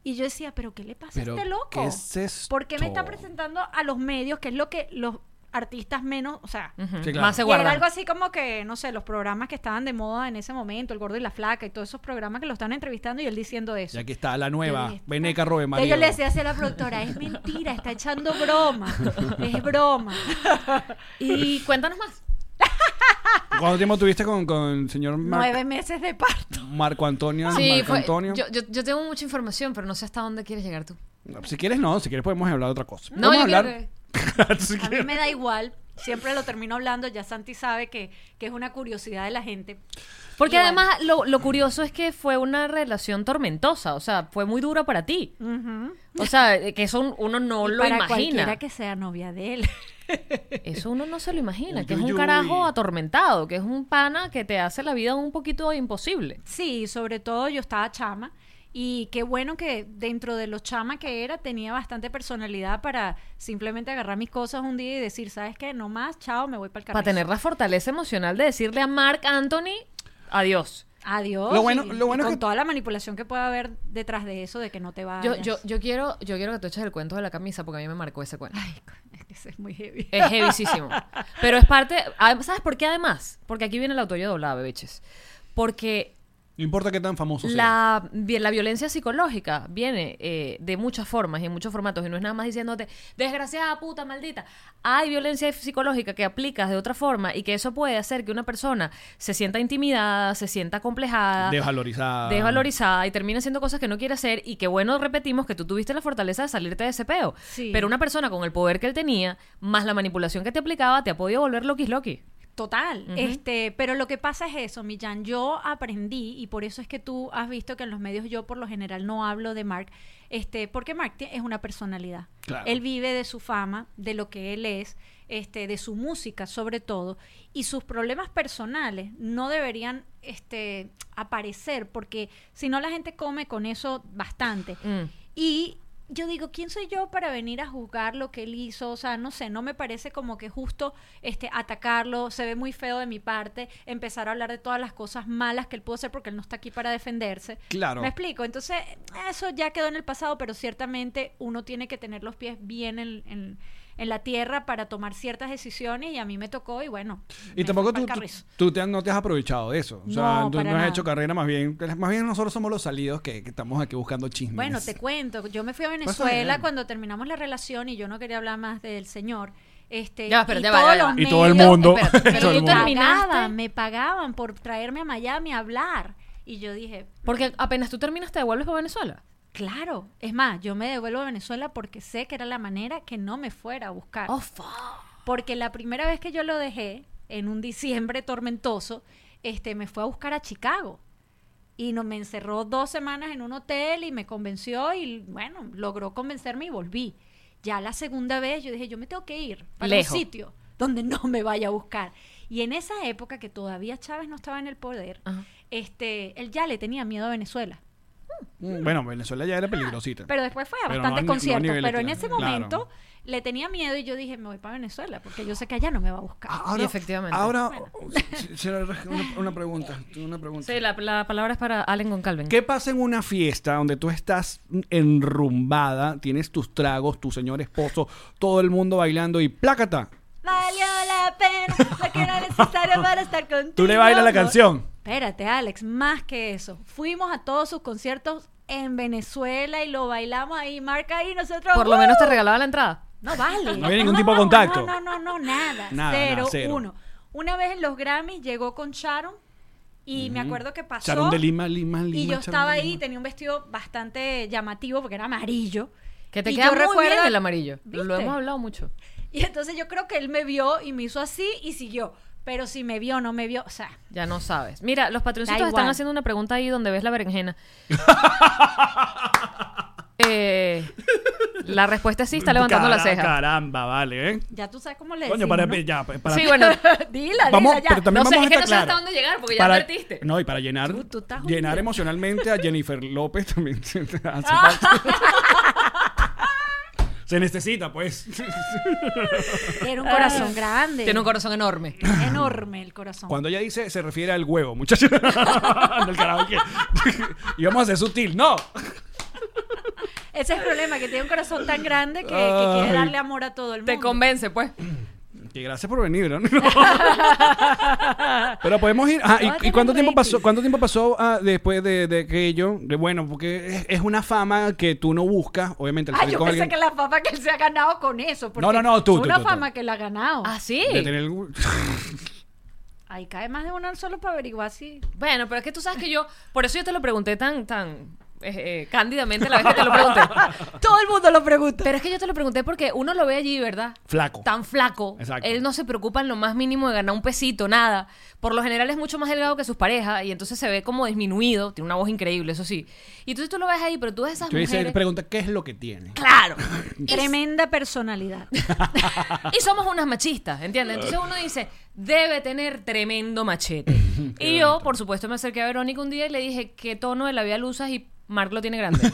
Y yo decía, ¿pero qué le pasa
Pero,
a este loco?
¿qué es esto?
¿Por qué me está presentando a los medios, que es lo que los artistas menos, o sea,
Ujú.
Sí, claro.
Más
y
se
era
guardan.
algo así como que, no sé, los programas que estaban de moda en ese momento, El Gordo y la Flaca y todos esos programas que lo estaban entrevistando y él diciendo eso.
Y aquí está la
Yo
nueva.
dije,
Veneca Robe María.
Entonces yo le decía así a la productora, es mentira, está echando broma, es broma.
Y cuéntanos más.
¿Cuánto tiempo tuviste con, con el señor Mar-
"Ah". Nueve meses de parto.
Marco Antonio? Marco
fue-
Antonio.
Yo, yo- yo tengo mucha información, pero no sé hasta dónde quieres llegar tú.
Si quieres, no. Si quieres, podemos hablar de otra cosa.
No,
Podemos
yo
hablar.
quiero
Si
A mí
quieres.
me da igual, siempre lo termino hablando, ya Santi sabe que, que es una curiosidad de la gente.
Porque
Y bueno.
además lo, lo curioso es que fue una relación tormentosa, o sea, fue muy dura para ti. O sea, eh, que eso un- uno no
Y
lo
para
imagina.
cualquiera que sea novia de él.
Eso uno no se lo imagina,
Uy,
que es
uy,
un
uy.
carajo atormentado, que es un pana que te hace la vida un poquito imposible.
Sí, sobre todo yo estaba chama y qué bueno que dentro de lo chama que era tenía bastante personalidad para simplemente agarrar mis cosas un día y decir, ¿sabes qué? No más, chao, me voy para el
Para
carril.
tener la fortaleza emocional de decirle a Mark Anthony adiós.
Adiós.
Lo bueno-
y-
lo
y
bueno
con
que-
toda la manipulación que pueda haber detrás de eso, de que no te va
Yo, yo, yo, quiero, yo quiero que tú eches el cuento de la camisa porque a mí me marcó ese cuento.
Ay, co- es que ese es muy heavy.
Es heavyísimo. Pero es parte. ah, ¿Sabes por qué además? Porque aquí viene la autoría doblada, bebeches. Porque
No importa qué tan famoso sea.
la, vi- la violencia psicológica viene eh, de muchas formas y en muchos formatos. Y no es nada más diciéndote, desgraciada puta, maldita. Hay violencia psicológica que aplicas de otra forma y que eso puede hacer que una persona se sienta intimidada, se sienta complejada.
Desvalorizada.
Desvalorizada y termina haciendo cosas que no quiere hacer. Y que bueno, repetimos que tú tuviste la fortaleza de salirte de ese peo.
Sí.
Pero una persona con el poder que él tenía, más la manipulación que te aplicaba, te ha podido volver Loki Loki.
Total. este, pero lo que pasa es eso, Millán. Yo aprendí, y por eso es que tú has visto que en los medios yo por lo general no hablo de Mark, este, porque Mark tie- es una personalidad.
Claro.
Él vive de su fama, de lo que él es, este, de su música sobre todo, y sus problemas personales no deberían este, aparecer, porque si no la gente come con eso bastante.
Mm.
Y yo digo, ¿quién soy yo para venir a juzgar lo que él hizo? O sea, no sé, no me parece como que justo este atacarlo, se ve muy feo de mi parte, empezar a hablar de todas las cosas malas que él pudo hacer porque él no está aquí para defenderse.
Claro.
Me explico, entonces eso ya quedó en el pasado, pero ciertamente uno tiene que tener los pies bien en, en- en la tierra para tomar ciertas decisiones y a mí me tocó y bueno.
Y
me
tampoco
fui
tú,
pa'l
tú-
carrizo.
tú te has- no te has aprovechado de eso. O sea,
No,
tú
para
no has
nada.
hecho carrera, más bien. Más bien nosotros somos los salidos que, que estamos aquí buscando chismes.
Bueno, te cuento, yo me fui a
Pasa
Venezuela
bien.
cuando terminamos la relación y yo no quería hablar más del señor. Este,
Ya, pero
y
ya va,
todos
ya va.
los
Y todo el
medios-
mundo.
Espérate, espérate,
todo
tú
el
me
mundo.
terminas-
pagaban, me pagaban por traerme a Miami a hablar. Y yo dije,
Porque apenas tú terminas, te devuelves para Venezuela.
claro, es más, yo me devuelvo a Venezuela porque sé que era la manera que no me fuera a buscar.
Oh, fuck.
Porque la primera vez que yo lo dejé, en un diciembre tormentoso, este, me fue a buscar a Chicago. Y no, me encerró dos semanas en un hotel y me convenció y bueno, logró convencerme y volví. Ya la segunda vez yo dije, yo me tengo que ir para
Lejos.
un sitio donde no me vaya a buscar. Y en esa época que todavía Chávez no estaba en el poder,
Ajá.
este, él ya le tenía miedo a Venezuela.
Mm, Bueno, Venezuela ya era peligrosita.
Pero después fue a
Pero no
bastantes
a ni- no a
conciertos.
niveles,
pero en
claro.
ese
Claro.
momento le tenía miedo y yo dije, me voy para Venezuela porque yo sé que allá no me va a buscar.
Y efectivamente.
Ah, Ahora, oh, se- se- una, una pregunta. tengo Una pregunta.
Sí, la, la palabra es para Allen con Calvin.
¿Qué pasa en una fiesta donde tú estás enrumbada, tienes tus tragos, tu señor esposo, todo el mundo bailando y plácata?
Valió la pena lo que era necesario para estar contigo.
Tú le bailas la canción.
Espérate, Alex, más que eso. Fuimos a todos sus conciertos en Venezuela y lo bailamos ahí, marca ahí, nosotros.
Por lo
¡uh!
menos te regalaba la entrada.
No vale.
No había ningún tipo de contacto.
No, no, no, no, nada.
Nada,
cero,
nada, cero.
uno. Una vez en los Grammys llegó con Sharon y me acuerdo que pasó.
Charón de Lima, Lima, Lima.
y yo
Charón
estaba
de
ahí,
Lima.
tenía un vestido bastante llamativo porque era amarillo.
Que te
Y
queda
yo
muy
recuerdo-
bien el amarillo. Lo
¿Viste?
hemos hablado mucho.
Y entonces yo creo que él me vio y me hizo así y siguió. Pero si me vio, no me vio. O sea,
Ya no sabes. Mira, los
Da
patroncitos
igual.
están haciendo una pregunta ahí donde ves la berenjena. Eh, la respuesta es sí, está levantando la
Cara-
ceja.
Caramba, vale, ¿eh?
ya tú sabes cómo le
Coño,
decimos,
para,
¿no?
ya, para.
Sí, bueno.
dila,
Vamos,
dila ya.
pero también
No sé,
vamos
es que
a
no
estar
sé hasta
claros.
dónde llegar, porque ya advertiste.
No, y para llenar,
Tú- tú estás
llenar
jodida.
emocionalmente a Jennifer López también se hace falta. Se necesita, pues.
Tiene un corazón grande.
Tiene un corazón enorme.
Enorme el corazón.
Cuando ella dice, se refiere al huevo, muchachos. no el karaoke. y vamos a ser sutil. ¡No!
Ese es el problema, que tiene un corazón tan grande que, que
Ay.
quiere darle amor a todo el mundo.
Te convence, pues.
Que gracias por venir, ¿no? Pero podemos ir. Ah,
Todo
¿y, y
tiene
cuánto
un
tiempo
rating.
pasó? ¿Cuánto tiempo pasó ah, después de, de aquello? De, bueno, porque es, es una fama que tú no buscas, obviamente. el
Ah,
salir
yo
con
pensé
alguien-
que la fama que él se ha ganado con eso. porque
No, no, no, tú,
Es
tú,
una
tú, tú.
fama que él ha ganado.
Ah, sí.
de tener el-
Ahí cae más de una solo para averiguar si...
Bueno, pero es que tú sabes que yo. Por eso yo te lo pregunté tan, tan eh, eh, cándidamente la vez que te lo pregunté.
Todo el mundo lo pregunta.
Pero es que yo te lo pregunté porque uno lo ve allí, ¿verdad?
Flaco.
Tan flaco.
Exacto.
Él no se preocupa en lo más mínimo de ganar un pesito, nada. Por lo general es mucho más delgado que sus parejas y entonces se ve como disminuido. Tiene una voz increíble, eso sí. Y entonces tú lo ves ahí, pero tú ves esas
Tú dices,
mujeres.
pregunta, ¿qué es lo que tiene?
Claro.
Tremenda personalidad.
Y somos unas machistas, ¿entiendes? Entonces uno dice, debe tener tremendo machete. y yo, por supuesto, me acerqué a Verónica un día y le dije, ¿qué tono de labial usas? Y Marc lo tiene grande.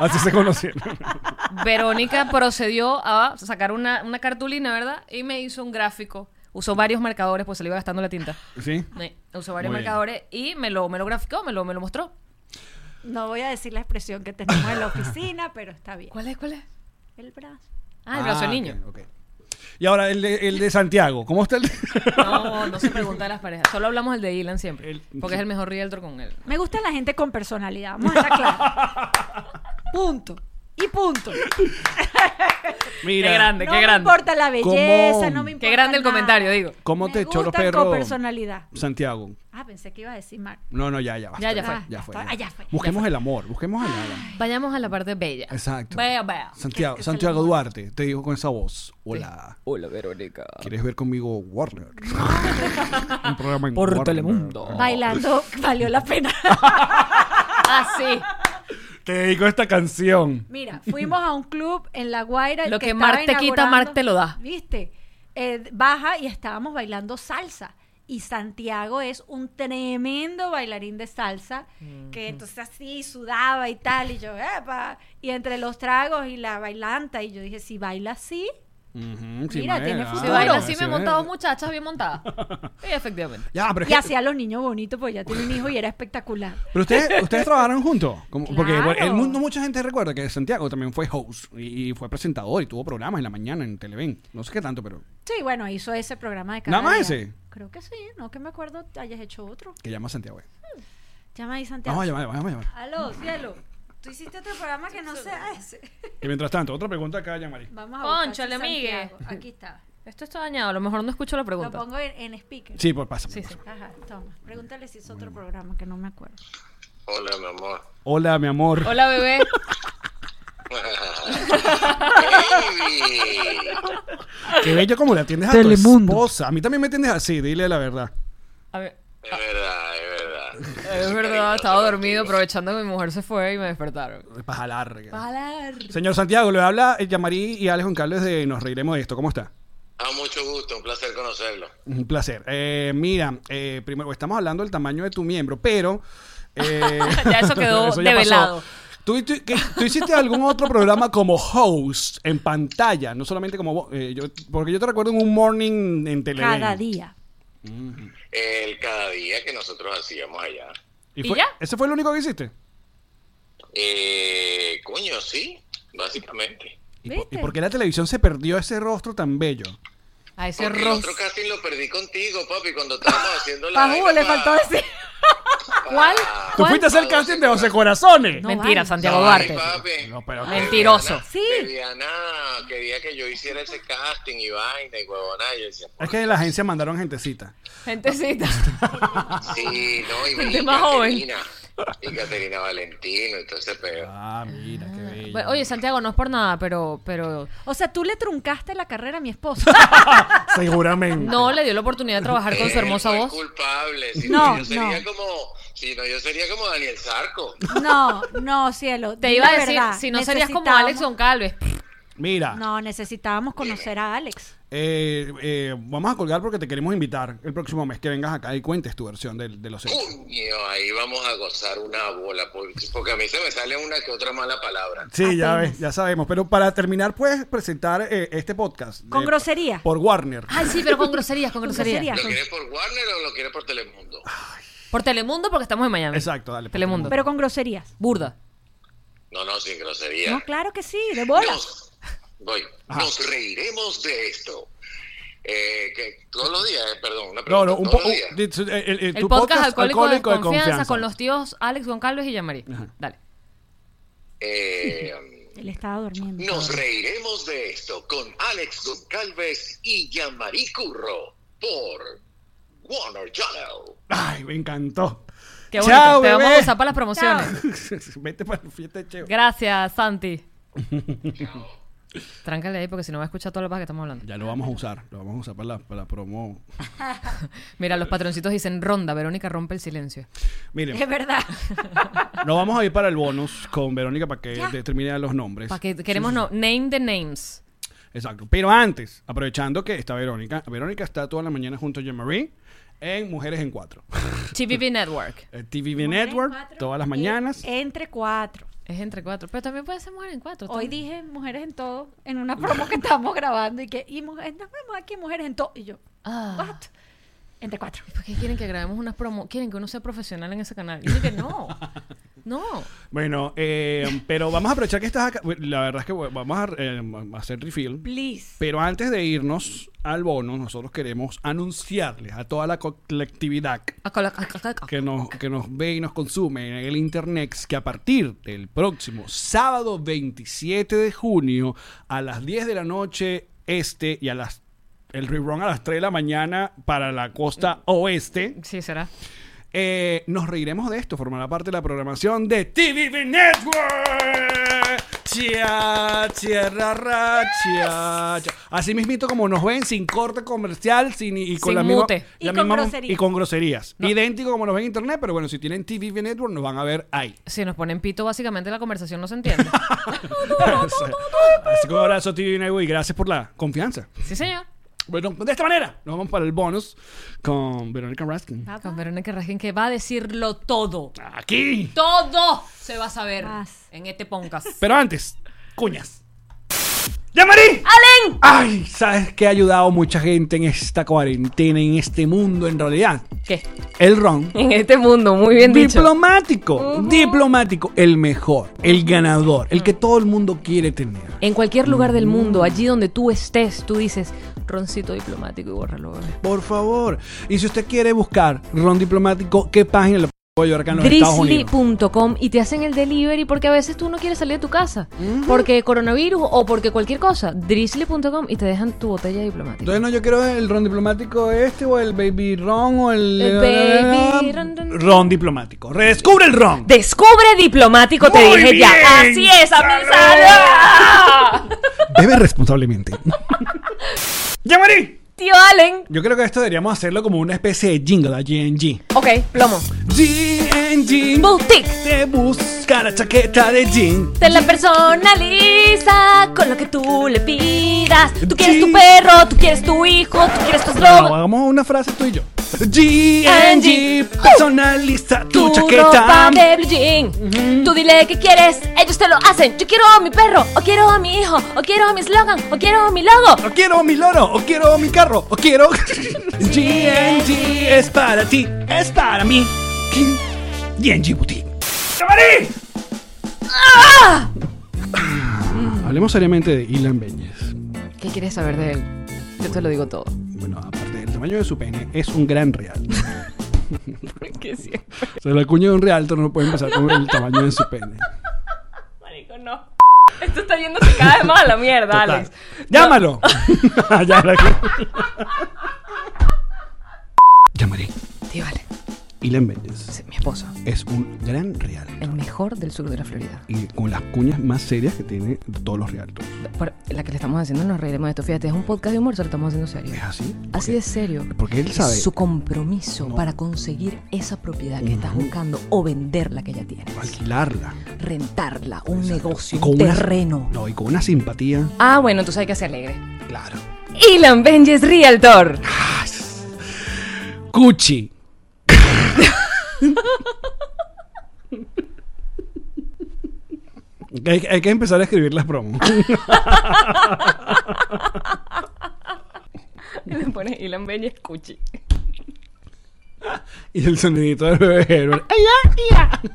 Así se conocieron.
Verónica procedió a sacar una, una cartulina, ¿verdad? Y me hizo un gráfico. Usó varios marcadores, pues se le iba gastando la tinta.
¿Sí?
Sí, Usó varios
Muy bien.
marcadores y me lo, me lo graficó, me lo, me lo mostró.
No voy a decir la expresión que tenemos en la oficina, pero está bien.
¿Cuál es? ¿Cuál es?
El brazo.
Ah, el brazo del
ok,
niño.
ok. Y ahora el de, el de Santiago. ¿Cómo está el de-
No, no se pregunta a las parejas. Solo hablamos el de Dylan siempre.
El-
porque es el mejor realtor con él.
Me gusta la gente con personalidad, vamos a estar claros. Punto. Y punto.
Mira.
Qué grande,
no
qué
me
grande.
importa la belleza,
¿Cómo?
no me importa.
Qué grande el
nada.
comentario, digo.
¿Cómo
Me
te echó los
gustan
perros?
Con personalidad.
Santiago.
Ah, pensé que iba a decir Mar.
No, no, ya, ya. basta,
Ya, ya fue.
Ya fue.
Ah, ya fue, ya
Busquemos el amor. Busquemos el amor.
Vayamos a la parte bella.
Exacto.
Bella, bella.
Santiago,
Que- que se
Santiago
le-
Duarte, te digo con esa voz. Hola.
Hola, Verónica.
¿Quieres ver conmigo Warner? Un programa en
Por
Warner.
Telemundo.
Bailando valió la pena.
Ah, sí.
Te dedico esta canción.
Mira, fuimos a un club en La Guaira.
Lo que
estaba
Marc te quita,
inaugurando-
Marc te lo da.
¿Viste? Eh, baja y estábamos bailando salsa. Y Santiago es un tremendo bailarín de salsa, que entonces así sudaba y tal, y yo, ¡epa! Y entre los tragos y la bailanta, y yo dije, si baila así,
Ujú, sí,
Mira,
manera.
tiene futuro.
Si baila así,
sí,
me he
manera.
montado muchachas bien montadas. Sí, efectivamente.
Ya, pero es
y
que-
hacía a los niños bonitos, porque ya tiene un hijo y era espectacular.
Pero ustedes, ustedes trabajaron juntos. Como- Porque
Claro.
bueno, el mundo, mucha gente recuerda que Santiago también fue host y, y fue presentador y tuvo programas en la mañana en Televen. No sé qué tanto, pero
Sí, bueno, hizo ese programa de
¿Nada
cada
más
día.
ese?
Creo que sí, no que me acuerdo hayas hecho otro.
que llama a Santiago. eh.
Llama ahí Santiago.
Vamos a llamar, vamos a llamar.
Aló, cielo. Tú hiciste otro programa que no sea ese.
Y mientras tanto, otra pregunta acá, Yamari.
Vamos a buscar
Cónchale,
Santiago.
migue.
Aquí está.
Esto está dañado, a lo mejor no escucho la
Lo
pregunta.
pongo en, en speaker.
Sí, pues pasa.
Sí, sí.
Ajá, toma. Pregúntale si es otro programa que no me acuerdo.
Hola, mi amor.
Hola, mi amor.
Hola, bebé.
Baby.
Qué bello como le atiendes a
Telemundo.
tu esposa. A mí también me atiendes así, dile la verdad.
A ver,
Es verdad, es verdad.
es verdad, estaba dormido aprovechando que mi mujer se fue y me despertaron.
Paja larga. Señor Santiago, le habla eh, Yamari y Alex Goncalves de Nos Reiremos de Esto. ¿Cómo está?
A Ah, mucho gusto, un placer conocerlo.
Un placer. Eh, mira, eh, primero, estamos hablando del tamaño de tu miembro, pero... eh,
Ya eso quedó
pasó.
develado.
¿Tú, tú- qué- tú hiciste algún otro programa como host en pantalla? No solamente como... vo- eh, yo, porque yo te recuerdo en un morning en Televen.
Cada día.
El cada día que nosotros hacíamos allá.
¿Y
fue-
ya?
¿Ese fue el único que hiciste?
Eh, coño, sí, básicamente.
¿Y por, y
¿Viste?
por qué la televisión se perdió ese rostro tan bello?
A ese
Porque el
rostro.
otro casting lo perdí contigo, papi, cuando estábamos haciendo la.
Pajú, le faltó decir.
¿Cuál?
¿Tú fuiste a hacer casting de José Corazones?
No
Mentira,
vale.
Santiago
No,
Duarte.
papi.
No, pero-
Mentiroso.
Sí.
Viviana quería que yo hiciera ese casting y vaina y huevona. Y yo decía,
Es que de la agencia mandaron gentecita.
Gentecita.
sí, no, y
Gente
y
más joven.
Caterina, Y Caterina Valentino, entonces, pero.
Ah, mira, qué bello.
Bueno, Oye, Santiago, no es por nada, pero, pero
O sea, tú le truncaste la carrera a mi esposo.
Seguramente.
no le dio la oportunidad de trabajar con su
Él
hermosa
fue el
voz.
Eh, culpable. Si
No,
no, yo sería
no.
como. Si no, yo sería como Daniel Sarco.
No, no, cielo.
Te
di
iba a
la
decir,
verdad.
si no serías como Alex
Necesitábamos-
Goncalves.
Mira,
No, necesitábamos conocer a Alex.
eh, eh, vamos a colgar porque te queremos invitar el próximo mes que vengas acá y cuentes tu versión del- de, los hechos.
Coño, ahí vamos a gozar una bola. por- Porque a mí se me sale una que otra mala palabra.
Sí, ya, ves, ya sabemos. Pero para terminar, puedes presentar eh, este podcast. de-
Con grosería.
Por Warner.
Ay, sí, pero con groserías, con groserías.
groserías.
¿Lo quieres por Warner o lo quieres por Telemundo?
Por Telemundo, porque estamos en Miami.
Exacto, dale. por
Telemundo.
Pero con groserías.
Burda.
No, no, sin grosería.
No, claro que sí, de bola.
Nos, voy.
Ajá.
Nos reiremos de esto. Eh, que todos los días, eh, perdón, una
No,
pregunta.
no, un
todos
poco.
los días.
El, el-
El
eh, tu
podcast, alcohólico, de,
Alcohólico
confianza, con los tíos Alex Goncalves y Yamari. Dale.
Eh,
Él estaba durmiendo.
nos reiremos de esto con Alex Goncalves y Yamari Curro por Warner Channel.
Ay, me encantó.
Qué bonito.
Chao,
Te vamos
bebé.
a usar para las promociones.
Vete para la fiesta de Cheo.
Gracias, Santi. Tráncale ahí porque si no va a escuchar todo lo que estamos hablando.
Ya lo vamos a usar. Lo vamos a usar para la, para la promo.
Mira, los patroncitos dicen ronda. Verónica rompe el silencio.
Miren.
Es verdad.
Nos vamos a ir para el bonus con Verónica para que determine los nombres.
Para que queremos no. Name the names.
Exacto. Pero antes, aprovechando que está Verónica, Verónica está toda la mañana junto a Jean-Marie en Mujeres en Cuatro.
TPP Network.
El TVB Network, todas las mañanas.
Entre cuatro.
Es entre cuatro. Pero también puede ser mujer en cuatro.
Hoy
también.
dije mujeres en todo en una promo que estábamos grabando y que y mujeres, no, vamos aquí mujeres en todo y yo,
Ah.
what? Entre cuatro.
¿Por qué quieren que grabemos unas promo? ¿Quieren que uno sea profesional en ese canal? Yo dije, no. No.
Bueno, eh, pero vamos a aprovechar que estás acá. La verdad es que bueno, vamos a eh, hacer refill.
Please.
Pero antes de irnos al bonus, nosotros queremos anunciarles a toda la colectividad
Acá, acá, acá, acá.
que nos, que nos ve y nos consume en el internet, que a partir del próximo sábado 27 de junio a las 10 de la noche este y a las el rerun a las 3 de la mañana para la costa oeste,
Sí, será.
eh, nos reiremos de esto, formará parte de la programación de TVB Network. Chia, tierra, ra, chia, chia. Así mismito como nos ven, sin corte comercial, sin y con
Sin
la misma-
mute.
la
Y con
misma-
groserías.
y con groserías. Idéntico como nos ven en internet, pero bueno, si tienen TVB Network nos van a ver ahí.
Si nos ponen pito, básicamente la conversación no se entiende.
Así que un abrazo TVB Network y gracias por la confianza.
Sí, señor.
Bueno, de esta manera nos vamos para el bonus con Verónica Raskin.
Con Verónica Raskin que va a decirlo todo.
Ah.
Aquí.
Todo se va a saber
Más.
en este podcast.
Pero antes, cuñas. ¡Yamarí! ¡Alen! Ay, ¿sabes qué ha ayudado mucha gente en esta cuarentena, en este mundo en realidad?
¿Qué?
El ron.
En este mundo, muy bien dicho.
Diplomático, diplomático, el mejor, el ganador, el que todo el mundo quiere tener.
En cualquier lugar del mundo, allí donde tú estés, tú dices roncito diplomático y bórralo. bebé".
Por favor. Y si usted quiere buscar ron diplomático, ¿qué página le Nueva York en los Estados Unidos.
Drizzly.com y te hacen el delivery porque a veces tú no quieres salir de tu casa porque coronavirus o porque cualquier cosa. Drizzly.com y te dejan tu botella diplomática.
Entonces no, yo quiero el ron diplomático este o el baby ron o el...
El baby ron, ron, ron.
diplomático. Redescubre el ron.
Descubre diplomático, te
Muy
dije ya.
bien,
Así es,
salud.
amizada.
Bebe responsablemente. ¡Yamari!
Tío Allen.
Yo creo que esto deberíamos hacerlo como una especie de jingle a GNG.
Ok, plomo.
GNG.
Boutique.
Te busca la chaqueta de jean.
Te la personaliza con lo que tú le pidas. Tú quieres tu
Sí.
perro, tú quieres tu hijo, tú quieres tu
No,
eslogan.
hagamos una frase tú y yo. GNG. Personaliza tu,
Tu
chaqueta.
ropa de blue jean. Tú dile qué quieres, ellos te lo hacen. Yo quiero a mi perro, o quiero a mi hijo, o quiero a mi eslogan, o quiero a mi logo.
O quiero mi loro, o quiero mi carro, o quiero. GNG es para ti, es para mí. GNG Boutique. ¡Yamari! Hablemos seriamente de Ilan Beñez.
¿Qué quieres saber de él? Yo te lo digo todo.
Bueno, aparte del tamaño de su pene, es un gran real.
Porque sí.
O sea, la cuña de un realtor no puede empezar con el tamaño de su pene.
Marico, no. Esto está yéndose cada vez más a la mierda,
Total.
Alex.
¡Llámalo! Ya la- Llamaré.
Tío Allen,
Ilan Beñez
mi esposo,
es un gran realtor.
el mejor del sur de la Florida.
y con las cuñas más serias que tiene todos los realtors.
Por- la que le estamos haciendo nos reiremos de esto. Fíjate, es un podcast de humor, se lo estamos haciendo serio.
Es así. porque
Así de serio.
porque él
Es
sabe.
Su compromiso para conseguir esa propiedad que estás buscando o venderla que ya tienes.
Alquilarla.
Rentarla, un negocio,
Con
un
una-
terreno.
no, y con una simpatía.
Ah, bueno, entonces hay que ser alegre.
Claro.
Ilan Benjes Realtor.
Cuchi. hay, hay que empezar a escribir las promos.
Le pones Ilan Benjes Cuchi.
y el sonidito del bebé Herbert. ¡Ay,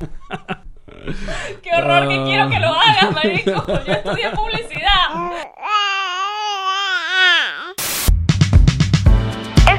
¡Qué horror que quiero que lo
Ah.
hagas, marico! Yo estudié publicidad.